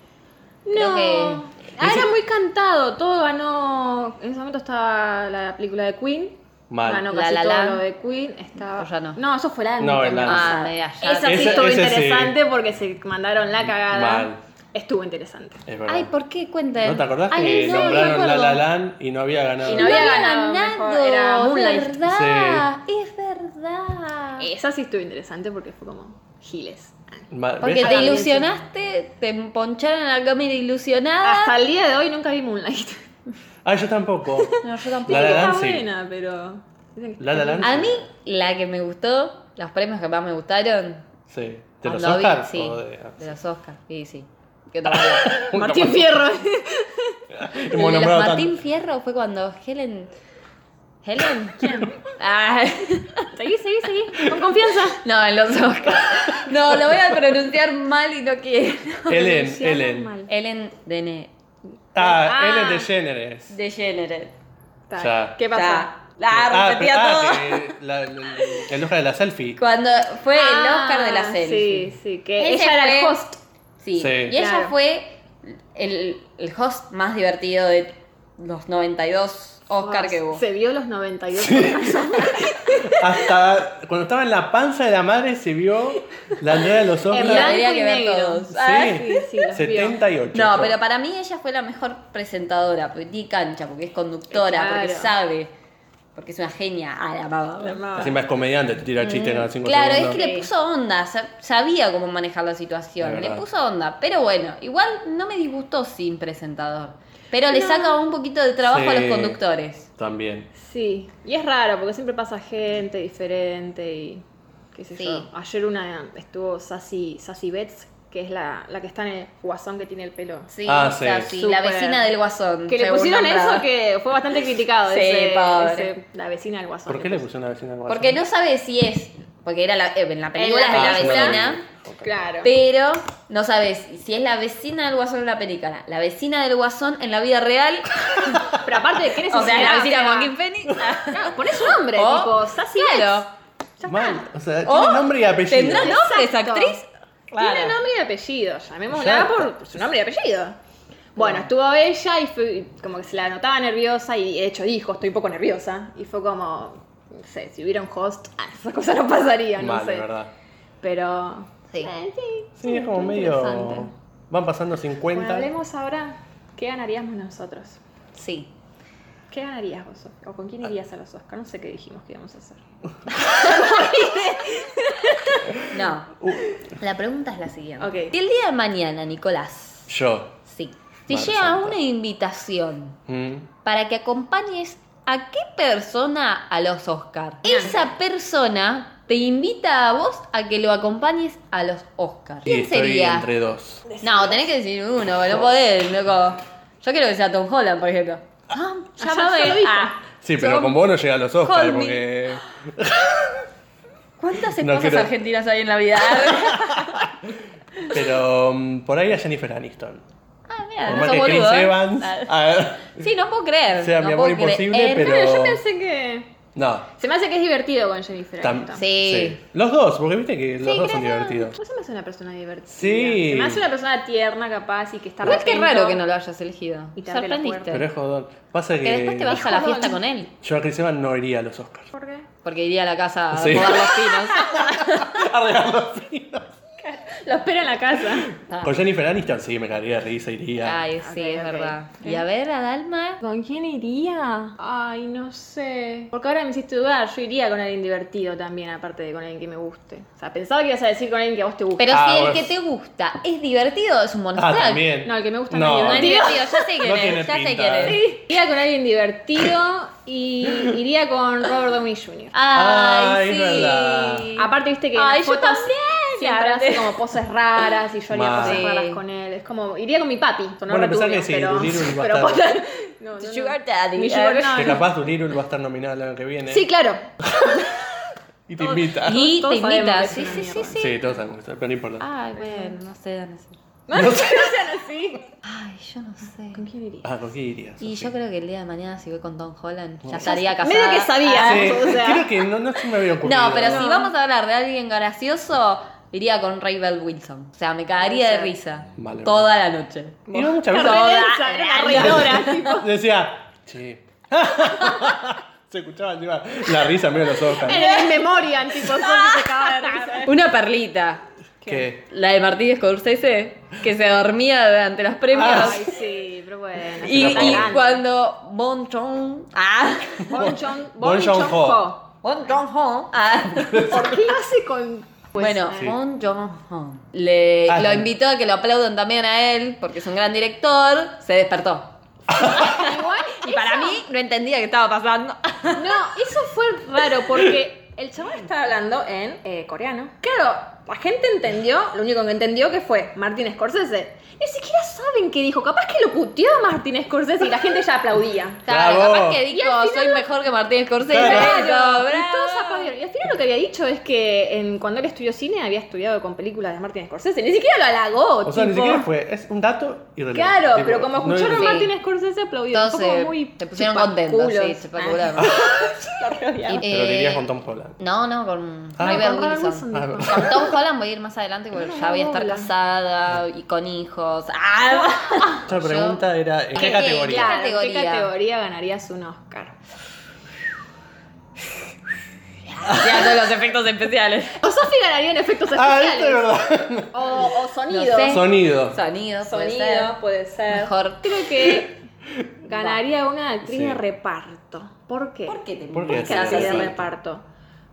Speaker 1: Creo
Speaker 3: no.
Speaker 1: que-
Speaker 3: Ah, era muy cantado. Todo ganó. En ese momento estaba la película de Queen.
Speaker 2: Mal.
Speaker 3: Ganó
Speaker 1: La
Speaker 3: casi
Speaker 1: La
Speaker 3: todo
Speaker 1: Land.
Speaker 3: lo de Queen. Estaba...
Speaker 1: O ya no.
Speaker 3: eso fue la
Speaker 2: No, el Land.
Speaker 1: Ah, media ya.
Speaker 3: Esa sí
Speaker 2: Ese-
Speaker 3: estuvo
Speaker 2: ese sí.
Speaker 3: interesante porque se mandaron la cagada.
Speaker 2: Mal.
Speaker 3: Estuvo interesante.
Speaker 2: Es verdad.
Speaker 1: Ay, ¿por qué? Cuenten.
Speaker 2: ¿No te acordás
Speaker 1: Ay,
Speaker 2: que
Speaker 1: no, no me
Speaker 2: nombraron La
Speaker 1: acuerdo.
Speaker 2: La Land y no había ganado?
Speaker 3: Y
Speaker 1: No había ganado,
Speaker 3: ganado, mejor, era Moonlight.
Speaker 1: es verdad, es verdad.
Speaker 3: Esa sí estuvo interesante porque fue como giles.
Speaker 2: Ma-
Speaker 1: Porque
Speaker 2: ¿ves?
Speaker 1: te
Speaker 3: Ah,
Speaker 1: ilusionaste, te emponcharon a la cámara ilusionada.
Speaker 3: Hasta el día de hoy nunca vi Moonlight.
Speaker 2: Ah, yo tampoco.
Speaker 1: No, yo tampoco.
Speaker 2: La La
Speaker 3: Está
Speaker 2: Land sí.
Speaker 3: buena, pero. dicen que
Speaker 2: La La
Speaker 3: está-
Speaker 2: Land.
Speaker 1: A mí, la que me gustó, los premios que más me gustaron.
Speaker 2: Sí. ¿De los
Speaker 1: cuando Ah, vi-
Speaker 2: Oscars?
Speaker 1: Sí,
Speaker 2: o
Speaker 1: de...
Speaker 2: de- ah,
Speaker 1: los Oscars, sí, sí. Que también.
Speaker 3: Martín Fierro.
Speaker 1: El
Speaker 2: Hemos
Speaker 1: de los
Speaker 2: nombrado tan-
Speaker 1: Martín Fierro fue cuando Helen... ¿Helen? ¿Quién? Ah,
Speaker 3: seguí, seguí, seguí. Con confianza.
Speaker 1: no, en los Oscars. No, lo voy a pronunciar mal y no quiero.
Speaker 2: Ellen,
Speaker 3: Pronunciado
Speaker 2: Ellen.
Speaker 3: mal.
Speaker 1: Ellen Dene-
Speaker 2: Ah,
Speaker 3: Ah.
Speaker 2: Ellen DeGeneres.
Speaker 1: DeGeneres.
Speaker 3: Ta,
Speaker 2: Ya.
Speaker 3: ¿Qué pasó?
Speaker 1: Ya, La
Speaker 2: Ah,
Speaker 1: repetía
Speaker 2: pero- ah,
Speaker 1: todo.
Speaker 2: que la- la- el Oscar de la selfie.
Speaker 1: Cuando fue el
Speaker 3: Ah,
Speaker 1: Oscar de la serie.
Speaker 3: Sí, sí, que
Speaker 1: Ese
Speaker 3: ella era el
Speaker 1: fue-
Speaker 3: host.
Speaker 1: Sí.
Speaker 2: Sí.
Speaker 1: Y ella
Speaker 3: Claro.
Speaker 1: fue el, el host más divertido de los 92 Oscar que hubo.
Speaker 3: Se vio los 98.
Speaker 2: Hasta cuando estaba en la panza de la madre se vio la andrea de los
Speaker 1: En
Speaker 3: blanco
Speaker 1: la
Speaker 2: Oscars.
Speaker 3: blanco
Speaker 1: había
Speaker 3: y
Speaker 1: que ver
Speaker 3: negro.
Speaker 1: todos.
Speaker 2: Sí,
Speaker 1: Ah,
Speaker 3: sí, sí, los vio.
Speaker 2: 78.
Speaker 1: No, pero para mí ella fue la mejor presentadora, porque tiene cancha, porque es conductora,
Speaker 3: Claro.
Speaker 1: porque sabe. porque es una genia. Ah, la amaba.
Speaker 2: Encima es comediante, te tira el chiste cada cinco
Speaker 1: Mm. Claro, es
Speaker 2: segundos.
Speaker 1: que le puso onda, sa- sabía cómo manejar la situación,
Speaker 2: Es
Speaker 1: le
Speaker 2: verdad.
Speaker 1: puso onda, pero bueno, igual no me disgustó sin presentador, pero le saca un poquito de trabajo a
Speaker 2: Sí.
Speaker 1: los conductores.
Speaker 2: También.
Speaker 3: Sí, y es raro porque siempre pasa gente diferente y qué sé
Speaker 1: Sí.
Speaker 3: yo. Ayer una estuvo Sassy, Sassy Betts, que es la, la que está en el guasón que tiene el pelo.
Speaker 1: Sí,
Speaker 2: Ah,
Speaker 1: o sea, sí,
Speaker 2: sí.
Speaker 1: la
Speaker 3: Súper.
Speaker 1: vecina del guasón.
Speaker 3: Que le
Speaker 1: según
Speaker 3: pusieron
Speaker 1: nombrado.
Speaker 3: eso que fue bastante criticado.
Speaker 1: Sí,
Speaker 3: ese-
Speaker 1: pobre.
Speaker 3: ese- la vecina del guasón.
Speaker 2: ¿Por qué le pusieron a la vecina del guasón?
Speaker 1: Porque no sabe si es, porque era la, eh, en la película
Speaker 3: En
Speaker 1: es
Speaker 3: la
Speaker 2: Ah,
Speaker 1: la
Speaker 3: película.
Speaker 1: vecina,
Speaker 2: Ok.
Speaker 3: Claro.
Speaker 1: pero no sabes si es la vecina del guasón en la película, la vecina del guasón en la vida real,
Speaker 3: Pero aparte, ¿qué
Speaker 1: o sea,
Speaker 3: necesidad?
Speaker 1: la vecina
Speaker 3: O sea,
Speaker 1: Joaquín Phoenix.
Speaker 3: Claro, poné su nombre,
Speaker 1: O-
Speaker 3: tipo, Sassy
Speaker 1: Claro.
Speaker 3: Betts.
Speaker 2: Oh, Mal. O sea,
Speaker 1: O
Speaker 2: tiene nombre y apellido.
Speaker 1: Oh, ¿Tendrá nombre esa
Speaker 3: Exacto.
Speaker 1: actriz?
Speaker 3: Tiene nombre y apellido, llamémosla
Speaker 2: Exacto.
Speaker 3: por, por su nombre y apellido. Bueno, estuvo ella y fue- como que se la notaba nerviosa y de hecho dijo, estoy un poco nerviosa. Y fue como, no sé, si hubiera un host, ah, esa cosa no pasaría, no
Speaker 2: Mal,
Speaker 3: sé.
Speaker 2: de verdad.
Speaker 3: Pero...
Speaker 1: Sí.
Speaker 3: eh, sí.
Speaker 2: Sí, es como
Speaker 3: interesante.
Speaker 2: medio. Van pasando 50.
Speaker 3: Bueno, hablemos ahora, ¿qué ganaríamos nosotros?
Speaker 1: Sí.
Speaker 3: ¿Qué ganarías vos? ¿O con
Speaker 2: Ah.
Speaker 3: quién irías a los Oscars? No sé qué dijimos que íbamos a hacer.
Speaker 1: No.
Speaker 2: Uh,
Speaker 1: La pregunta es la siguiente.
Speaker 3: Ok.
Speaker 1: Si el día de mañana, Nicolás,
Speaker 2: yo.
Speaker 1: sí, te
Speaker 2: Madre
Speaker 1: llega
Speaker 2: santa.
Speaker 1: una invitación
Speaker 2: Mm.
Speaker 1: para que acompañes a qué persona a los Oscar. Esa persona te invita a vos a que lo acompañes a los Oscar.
Speaker 2: Y
Speaker 1: ¿Quién
Speaker 2: estoy
Speaker 1: sería?
Speaker 2: entre dos.
Speaker 1: No, tenés que decir uno, no podés, loco. Yo quiero que sea Tom Holland, por ejemplo. Ah,
Speaker 3: ya lo
Speaker 1: llámame.
Speaker 3: dijo.
Speaker 1: Ah,
Speaker 2: Sí, pero
Speaker 1: Tom-
Speaker 2: con vos no llega a los Oscars
Speaker 1: Call me.
Speaker 2: porque.
Speaker 1: ¿Cuántas
Speaker 2: No
Speaker 1: esposas
Speaker 2: quiero-
Speaker 1: argentinas hay en la vida?
Speaker 2: Pero mm, por ahí a Jennifer Aniston.
Speaker 1: ah, mira,
Speaker 2: Por
Speaker 1: no
Speaker 2: más
Speaker 1: sos
Speaker 2: que Chris
Speaker 1: boludo. ¿eh?
Speaker 2: Evans.
Speaker 1: Ah.
Speaker 2: ah,
Speaker 1: Sí, no puedo creer.
Speaker 2: Sea
Speaker 1: no
Speaker 2: mi amor
Speaker 1: puedo
Speaker 2: imposible,
Speaker 1: creer.
Speaker 2: pero-
Speaker 3: Pero yo
Speaker 2: Oh.
Speaker 3: pensé que...
Speaker 2: no.
Speaker 3: Se me hace que es divertido con Jennifer
Speaker 2: tam-
Speaker 3: Aniston.
Speaker 1: Sí.
Speaker 2: Los dos, porque viste que los
Speaker 1: Sí,
Speaker 2: dos son
Speaker 1: creo.
Speaker 2: divertidos.
Speaker 3: Vos se me hace una persona divertida.
Speaker 2: Sí.
Speaker 3: Se me hace una persona tierna, capaz, y que está
Speaker 1: Igual que
Speaker 3: repento.
Speaker 1: raro que no lo hayas elegido.
Speaker 3: Y te abre la
Speaker 1: Sorprendiste.
Speaker 2: Pero es jodón. Pasa
Speaker 1: Que después te
Speaker 2: que.
Speaker 1: vas a la
Speaker 3: Jodón.
Speaker 1: fiesta con él.
Speaker 2: Yo a Chris Evans no iría a los Oscars.
Speaker 3: ¿Por qué?
Speaker 1: Porque iría a la casa
Speaker 2: Sí.
Speaker 1: a podar los pinos.
Speaker 2: Arreglar los finos.
Speaker 3: Lo espera en la casa.
Speaker 1: Ah.
Speaker 2: Con Jennifer Aniston sí me caería de risa, iría.
Speaker 1: Ay, sí,
Speaker 3: Ok,
Speaker 1: es
Speaker 3: ok.
Speaker 1: verdad. Y a ver, a Dalma.
Speaker 3: ¿Con quién iría? Ay, no sé. Porque ahora me hiciste dudar. Yo iría con alguien divertido también, aparte de con alguien que me guste. O sea, pensaba que ibas a decir con alguien que a vos te guste.
Speaker 1: Pero
Speaker 2: Ah,
Speaker 1: si el
Speaker 2: bueno.
Speaker 1: que te gusta es divertido, es un
Speaker 2: Ah,
Speaker 1: monostrack.
Speaker 2: también.
Speaker 3: No, el que me gusta
Speaker 2: no.
Speaker 3: no
Speaker 1: No
Speaker 3: es
Speaker 1: es divertido, ya sé quién
Speaker 2: No tiene
Speaker 1: es. Ya sé
Speaker 2: pinta,
Speaker 1: quién es.
Speaker 2: eh.
Speaker 3: Iría con alguien divertido y iría con Robert Downey Jr.
Speaker 1: Ay,
Speaker 2: Ay,
Speaker 1: sí.
Speaker 2: verdad.
Speaker 3: Aparte, viste que en
Speaker 1: Ay,
Speaker 3: las
Speaker 1: yo
Speaker 3: fotos
Speaker 1: también.
Speaker 3: siempre
Speaker 1: La
Speaker 3: hace
Speaker 1: verdad.
Speaker 3: como poses raras y yo haría
Speaker 2: Mal.
Speaker 3: cosas
Speaker 1: Sí.
Speaker 3: raras con él. Es como, iría con mi papi. Sonó
Speaker 2: Bueno,
Speaker 3: re
Speaker 2: pensá que
Speaker 3: turbio,
Speaker 2: sí,
Speaker 3: pero,
Speaker 2: Little
Speaker 3: pero
Speaker 2: Bastard.
Speaker 3: posta- no, no, no.
Speaker 1: Sugar daddy.
Speaker 3: Mi sugar-
Speaker 1: Eh.
Speaker 3: no,
Speaker 2: Que
Speaker 3: no.
Speaker 2: capaz Doolittle va a estar nominada el año que viene.
Speaker 3: Sí, claro.
Speaker 2: Y te invita.
Speaker 1: Y
Speaker 3: Todos
Speaker 1: te
Speaker 3: sabemos que
Speaker 1: invita.
Speaker 3: es
Speaker 1: Sí, sí,
Speaker 3: una
Speaker 1: sí,
Speaker 3: mierda.
Speaker 1: sí. Ah.
Speaker 2: Sí, todos sabemos, pero no importa.
Speaker 1: Ay, bueno, no sé, no sé.
Speaker 2: No sé.
Speaker 3: sean así.
Speaker 1: Ay, yo no sé.
Speaker 3: ¿Con quién iría?
Speaker 2: Ah, ¿con quién irías?
Speaker 1: Y
Speaker 2: Sofía?
Speaker 1: yo creo que el día de mañana si voy con Tom Holland ya estaría casada. Ah,
Speaker 3: Medio que sabía.
Speaker 2: Sí,
Speaker 3: o sea.
Speaker 2: creo que no, no se me había ocurrido.
Speaker 1: No, pero
Speaker 3: No.
Speaker 1: si vamos a hablar de alguien gracioso, iría con Ray Bell Wilson. O sea, me cagaría de
Speaker 3: Puede
Speaker 1: risa.
Speaker 2: Vale.
Speaker 1: Toda la noche.
Speaker 2: Iba muchas
Speaker 3: Una
Speaker 2: veces.
Speaker 1: Toda
Speaker 3: redensa, era una
Speaker 1: la
Speaker 3: reidora,
Speaker 1: noche.
Speaker 2: Decía, sí. se escuchaba encima la risa medio de los ojos.
Speaker 3: Era en memoria, tipo, Sony
Speaker 1: Ah.
Speaker 3: se cagaba de risa.
Speaker 1: Una perlita.
Speaker 2: Que
Speaker 1: La de Martínez Scorsese, que se dormía durante los premios.
Speaker 2: Ah,
Speaker 3: Ay, sí, pero bueno.
Speaker 1: y
Speaker 2: Era
Speaker 1: y
Speaker 2: grande.
Speaker 1: cuando Bon Chong. Ah.
Speaker 3: Bon Joon-
Speaker 2: Bon
Speaker 3: Bon
Speaker 2: Joon
Speaker 3: Joon
Speaker 2: Ho.
Speaker 3: Ho.
Speaker 1: Bon Chong Ho. Ah.
Speaker 2: Pues
Speaker 3: ¿Por qué lo hace con...? Pues,
Speaker 1: bueno,
Speaker 3: eh,
Speaker 1: Bon Jong Ho. Le,
Speaker 2: Ah,
Speaker 1: lo
Speaker 2: sí.
Speaker 1: invitó a que lo aplaudan también a él, porque es un gran director. Se despertó.
Speaker 3: eh, igual,
Speaker 1: Y para
Speaker 3: eso-
Speaker 1: mí no entendía qué estaba pasando.
Speaker 3: No, eso fue raro porque el chabón estaba hablando en eh, coreano. Claro, la gente entendió, lo único que entendió que fue Martin Scorsese. Ni siquiera saben qué dijo, capaz que lo puteó a Martin Scorsese y la gente ya aplaudía.
Speaker 1: Claro,
Speaker 2: Bravo.
Speaker 1: capaz que
Speaker 3: Y
Speaker 1: dijo,
Speaker 3: al
Speaker 1: soy mejor que Martín Scorsese.
Speaker 2: Claro.
Speaker 1: Bravo, bravo.
Speaker 3: Y todos aplaudieron. Y al final lo que había dicho es que en- cuando él estudió cine había estudiado con películas de Martin Scorsese. Ni siquiera lo halagó.
Speaker 2: O sea, ni
Speaker 3: tipo.
Speaker 2: siquiera fue. Es un dato irrelevante.
Speaker 3: Claro,
Speaker 2: Tipo,
Speaker 3: pero como
Speaker 2: no-
Speaker 3: escucharon
Speaker 1: Sí.
Speaker 3: a Martin Scorsese aplaudieron. Fue
Speaker 1: Entonces,
Speaker 3: como muy
Speaker 1: se pusieron
Speaker 3: chupaculos.
Speaker 1: contentos, sí, chupaculas.
Speaker 3: Ah, lo rodeaba.
Speaker 1: Y-
Speaker 2: Pero
Speaker 1: eh,
Speaker 2: irías con Tom Holland.
Speaker 1: No, no, con
Speaker 2: Ah,
Speaker 1: Ray
Speaker 2: con
Speaker 1: Bell
Speaker 3: Ray
Speaker 1: Wilson.
Speaker 3: Wilson.
Speaker 2: Ah,
Speaker 1: Con Tom Holland voy a ir más adelante porque ya voy a estar
Speaker 3: bola.
Speaker 1: casada y con hijos. ¡Ah!
Speaker 2: otra pregunta era: ¿en qué
Speaker 1: Eh,
Speaker 2: categoría?
Speaker 1: claro.
Speaker 3: Claro, ¿Qué
Speaker 1: categoría?
Speaker 3: categoría ganarías un Oscar?
Speaker 1: Ya todos los efectos especiales.
Speaker 3: O Sofi ganaría en efectos
Speaker 2: Ah, esto es
Speaker 3: especiales.
Speaker 2: verdad.
Speaker 3: o, o sonido.
Speaker 1: No sé.
Speaker 2: Sonido.
Speaker 1: Sonido, puede
Speaker 3: Sonido,
Speaker 1: ser.
Speaker 3: puede ser.
Speaker 1: Mejor.
Speaker 3: Creo que Ganaría una actriz
Speaker 2: Sí.
Speaker 3: de reparto. ¿Por qué?
Speaker 1: ¿Por qué te
Speaker 2: ¿Por qué
Speaker 1: ¿por qué
Speaker 2: haces
Speaker 1: haces
Speaker 3: actriz
Speaker 1: así?
Speaker 3: de reparto?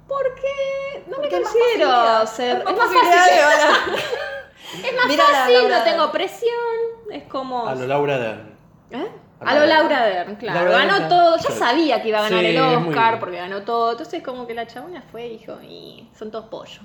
Speaker 3: Porque no me
Speaker 1: Porque hay más
Speaker 3: considero
Speaker 1: posibilidades.
Speaker 3: ser.
Speaker 1: Hay más posibilidades.
Speaker 3: Es más
Speaker 1: Mira la
Speaker 3: fácil,
Speaker 1: Laura
Speaker 3: no
Speaker 1: Dern.
Speaker 3: tengo presión. Es como.
Speaker 2: A lo Laura Dern.
Speaker 3: ¿Eh?
Speaker 2: A
Speaker 3: A lo
Speaker 2: lo
Speaker 3: Laura Dern, claro.
Speaker 2: Laura Dern
Speaker 3: ganó
Speaker 2: está-
Speaker 3: todo. Ya
Speaker 2: sí.
Speaker 3: sabía que iba a ganar
Speaker 2: Sí,
Speaker 3: el
Speaker 2: es muy
Speaker 3: Oscar
Speaker 2: bien.
Speaker 3: porque ganó todo. Entonces, como que la chabona fue y dijo: y son todos pollos.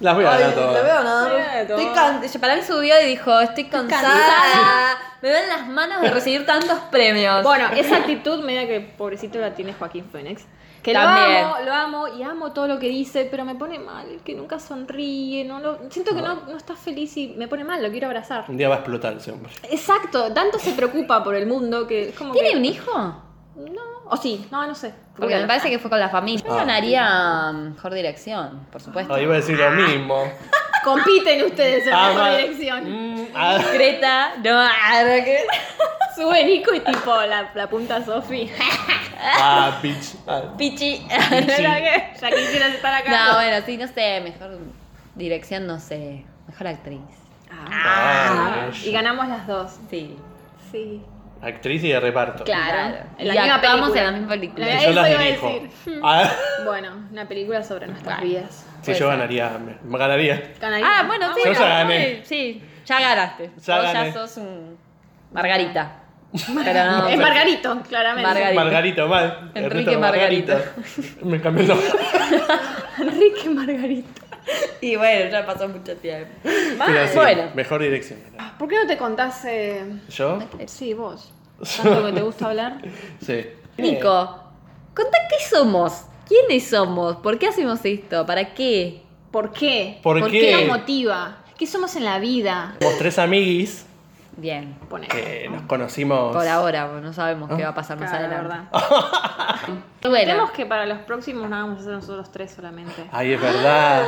Speaker 2: Las voy a
Speaker 1: Ay,
Speaker 2: ganar
Speaker 1: no
Speaker 2: todas.
Speaker 1: veo
Speaker 3: Mira,
Speaker 1: nada. Estoy
Speaker 3: todo.
Speaker 1: can- yo- Para mí subió y dijo, estoy cansada. Me ven las manos de recibir tantos premios.
Speaker 3: Bueno, esa actitud media que pobrecito la tiene Joaquín Phoenix. Que
Speaker 1: También.
Speaker 3: lo amo, lo amo y amo todo lo que dice, pero me pone mal, que nunca sonríe, no lo, siento que no, no está feliz y me pone mal, lo quiero abrazar.
Speaker 2: Un día va a explotar ese hombre.
Speaker 3: Exacto, tanto se preocupa por el mundo que es como
Speaker 1: ¿Tiene
Speaker 3: que-
Speaker 1: un hijo?
Speaker 3: No, o sí, no, no sé.
Speaker 1: Porque me parece que fue con la familia. Yo
Speaker 2: Ah.
Speaker 1: ganaría mm, mejor dirección, por supuesto.
Speaker 2: Ah, iba a decir lo mismo.
Speaker 3: compiten ustedes en
Speaker 2: Ah,
Speaker 3: la
Speaker 2: va-
Speaker 3: dirección.
Speaker 2: Mm, ah.
Speaker 1: Greta, no, ah, no, que-
Speaker 3: Sube Nico y tipo la, la punta Sofi.
Speaker 2: Ah, bitch. Ah.
Speaker 1: Pichi.
Speaker 3: ya quisieras estar acá.
Speaker 1: No, bueno, sí, no sé, mejor dirección, no sé, mejor actriz.
Speaker 3: Ah,
Speaker 2: Ah,
Speaker 3: y ganamos las dos.
Speaker 1: Sí,
Speaker 3: Sí.
Speaker 2: Actriz y de reparto.
Speaker 3: Claro.
Speaker 1: Y actuamos en la misma película. Eh,
Speaker 2: Que
Speaker 3: La-
Speaker 2: yo
Speaker 3: eso
Speaker 2: las
Speaker 3: iba a
Speaker 2: dirijo.
Speaker 3: decir.
Speaker 2: Ah,
Speaker 3: Bueno, una película sobre nuestras vidas.
Speaker 2: sí, yo ganaría. me- me ganaría.
Speaker 3: Ganaría.
Speaker 1: Ah, bueno, sí.
Speaker 2: Yo
Speaker 1: no,
Speaker 2: ya gané.
Speaker 1: uy, Sí, ya ganaste.
Speaker 2: Ya
Speaker 1: Vos ya
Speaker 2: gané.
Speaker 1: sos un Margarita. Pero no,
Speaker 3: Es Margarito, claramente.
Speaker 1: Margarito.
Speaker 2: Margarito, mal.
Speaker 1: Enrique
Speaker 2: Ernesto
Speaker 1: Margarito.
Speaker 2: Me cambió el nombre.
Speaker 3: Enrique Margarito.
Speaker 1: Y bueno, ya pasó mucho tiempo.
Speaker 2: Pero sí,
Speaker 1: Bueno.
Speaker 2: Mejor dirección.
Speaker 3: Ah, ¿Por qué no te contás? eh,
Speaker 2: ¿Yo?
Speaker 3: Sí, vos. Tanto que te gusta hablar.
Speaker 2: Sí.
Speaker 1: Nico, contá qué somos. ¿Quiénes somos? ¿Por qué hacemos esto? ¿Para qué?
Speaker 3: ¿Por qué?
Speaker 2: ¿Por qué?
Speaker 3: nos motiva? ¿Qué somos en la vida?
Speaker 2: Somos tres amiguis
Speaker 1: Bien,
Speaker 3: Pone.
Speaker 2: que nos conocimos.
Speaker 1: por ahora, pues, no sabemos
Speaker 2: Ah.
Speaker 1: qué va a pasar más
Speaker 3: Claro, la
Speaker 1: adelante.
Speaker 3: verdad. Tenemos
Speaker 1: Bueno,
Speaker 3: que para los próximos no vamos a hacer nosotros tres solamente.
Speaker 2: Ay, es verdad.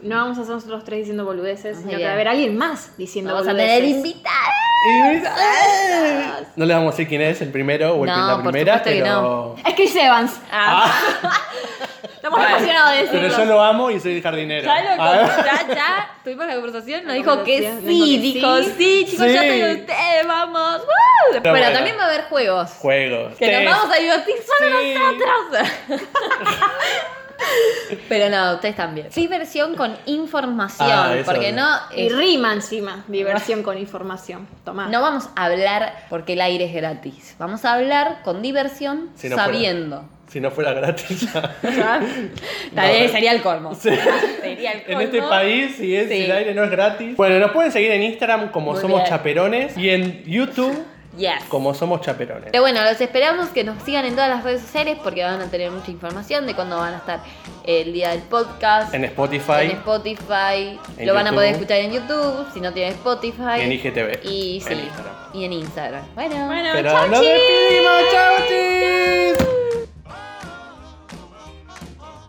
Speaker 3: No vamos a hacer nosotros tres diciendo boludeces,
Speaker 1: Muy
Speaker 3: sino que
Speaker 1: Ah, bien.
Speaker 3: va a haber alguien más diciendo
Speaker 1: vamos a
Speaker 3: boludeces.
Speaker 1: tener invitados.
Speaker 2: Y- ¡Ah! No le vamos a decir quién es el primero o el-
Speaker 1: No,
Speaker 2: la
Speaker 1: por
Speaker 2: primera,
Speaker 1: supuesto que
Speaker 2: pero.
Speaker 1: no.
Speaker 3: Es Chris Evans.
Speaker 1: Ah.
Speaker 3: Estamos
Speaker 1: Bueno.
Speaker 3: emocionados de decirlo.
Speaker 2: Pero yo lo amo y soy jardinero.
Speaker 1: Ya lo
Speaker 2: Ah.
Speaker 1: con- ya, ya tuvimos la conversación, nos
Speaker 3: La
Speaker 1: dijo que
Speaker 3: conversación,
Speaker 1: sí,
Speaker 3: dijo
Speaker 1: dijo
Speaker 3: que
Speaker 1: sí,
Speaker 3: sí.
Speaker 1: chicos,
Speaker 2: Sí.
Speaker 1: ya estoy con ustedes, vamos. ¡Woo! Bueno,
Speaker 2: bueno.
Speaker 1: también va a haber juegos.
Speaker 2: Juegos.
Speaker 1: Que
Speaker 2: Test.
Speaker 1: nos vamos a divertir solo
Speaker 2: Sí.
Speaker 1: nosotros. Pero no, ustedes también. Diversión con información,
Speaker 2: Ah, eso
Speaker 1: porque
Speaker 2: sí.
Speaker 1: no,
Speaker 3: Y
Speaker 1: eh,
Speaker 3: rima encima. Diversión con información. Tomá.
Speaker 1: no vamos a hablar porque el aire es gratis. Vamos a hablar con diversión
Speaker 2: Si no fuera.
Speaker 1: sabiendo.
Speaker 2: Si no fuera gratis ya.
Speaker 3: ¿Ya?
Speaker 1: Tal
Speaker 2: No.
Speaker 1: vez sería el colmo.
Speaker 2: Sí.
Speaker 1: Sería el
Speaker 2: En
Speaker 1: colmo.
Speaker 2: este país, si, es,
Speaker 1: Sí.
Speaker 2: si el aire no es gratis. Bueno, nos pueden seguir en Instagram como
Speaker 1: Muy
Speaker 2: Somos
Speaker 1: bien.
Speaker 2: Chaperones y en YouTube
Speaker 1: Yes.
Speaker 2: como Somos Chaperones.
Speaker 1: Pero bueno, los esperamos que nos sigan en todas las redes sociales porque van a tener mucha información de cuándo van a estar el día del podcast.
Speaker 2: En
Speaker 1: en
Speaker 2: Spotify
Speaker 1: Spotify,
Speaker 2: En
Speaker 1: lo van a
Speaker 2: YouTube.
Speaker 1: poder escuchar en YouTube, si no tienen Spotify.
Speaker 2: y en IGTV.
Speaker 1: Y sí,
Speaker 2: En Instagram.
Speaker 1: y en Instagram.
Speaker 3: Bueno,
Speaker 2: Pero
Speaker 3: chau,
Speaker 2: nos
Speaker 3: chis.
Speaker 2: despedimos. Chau, chis.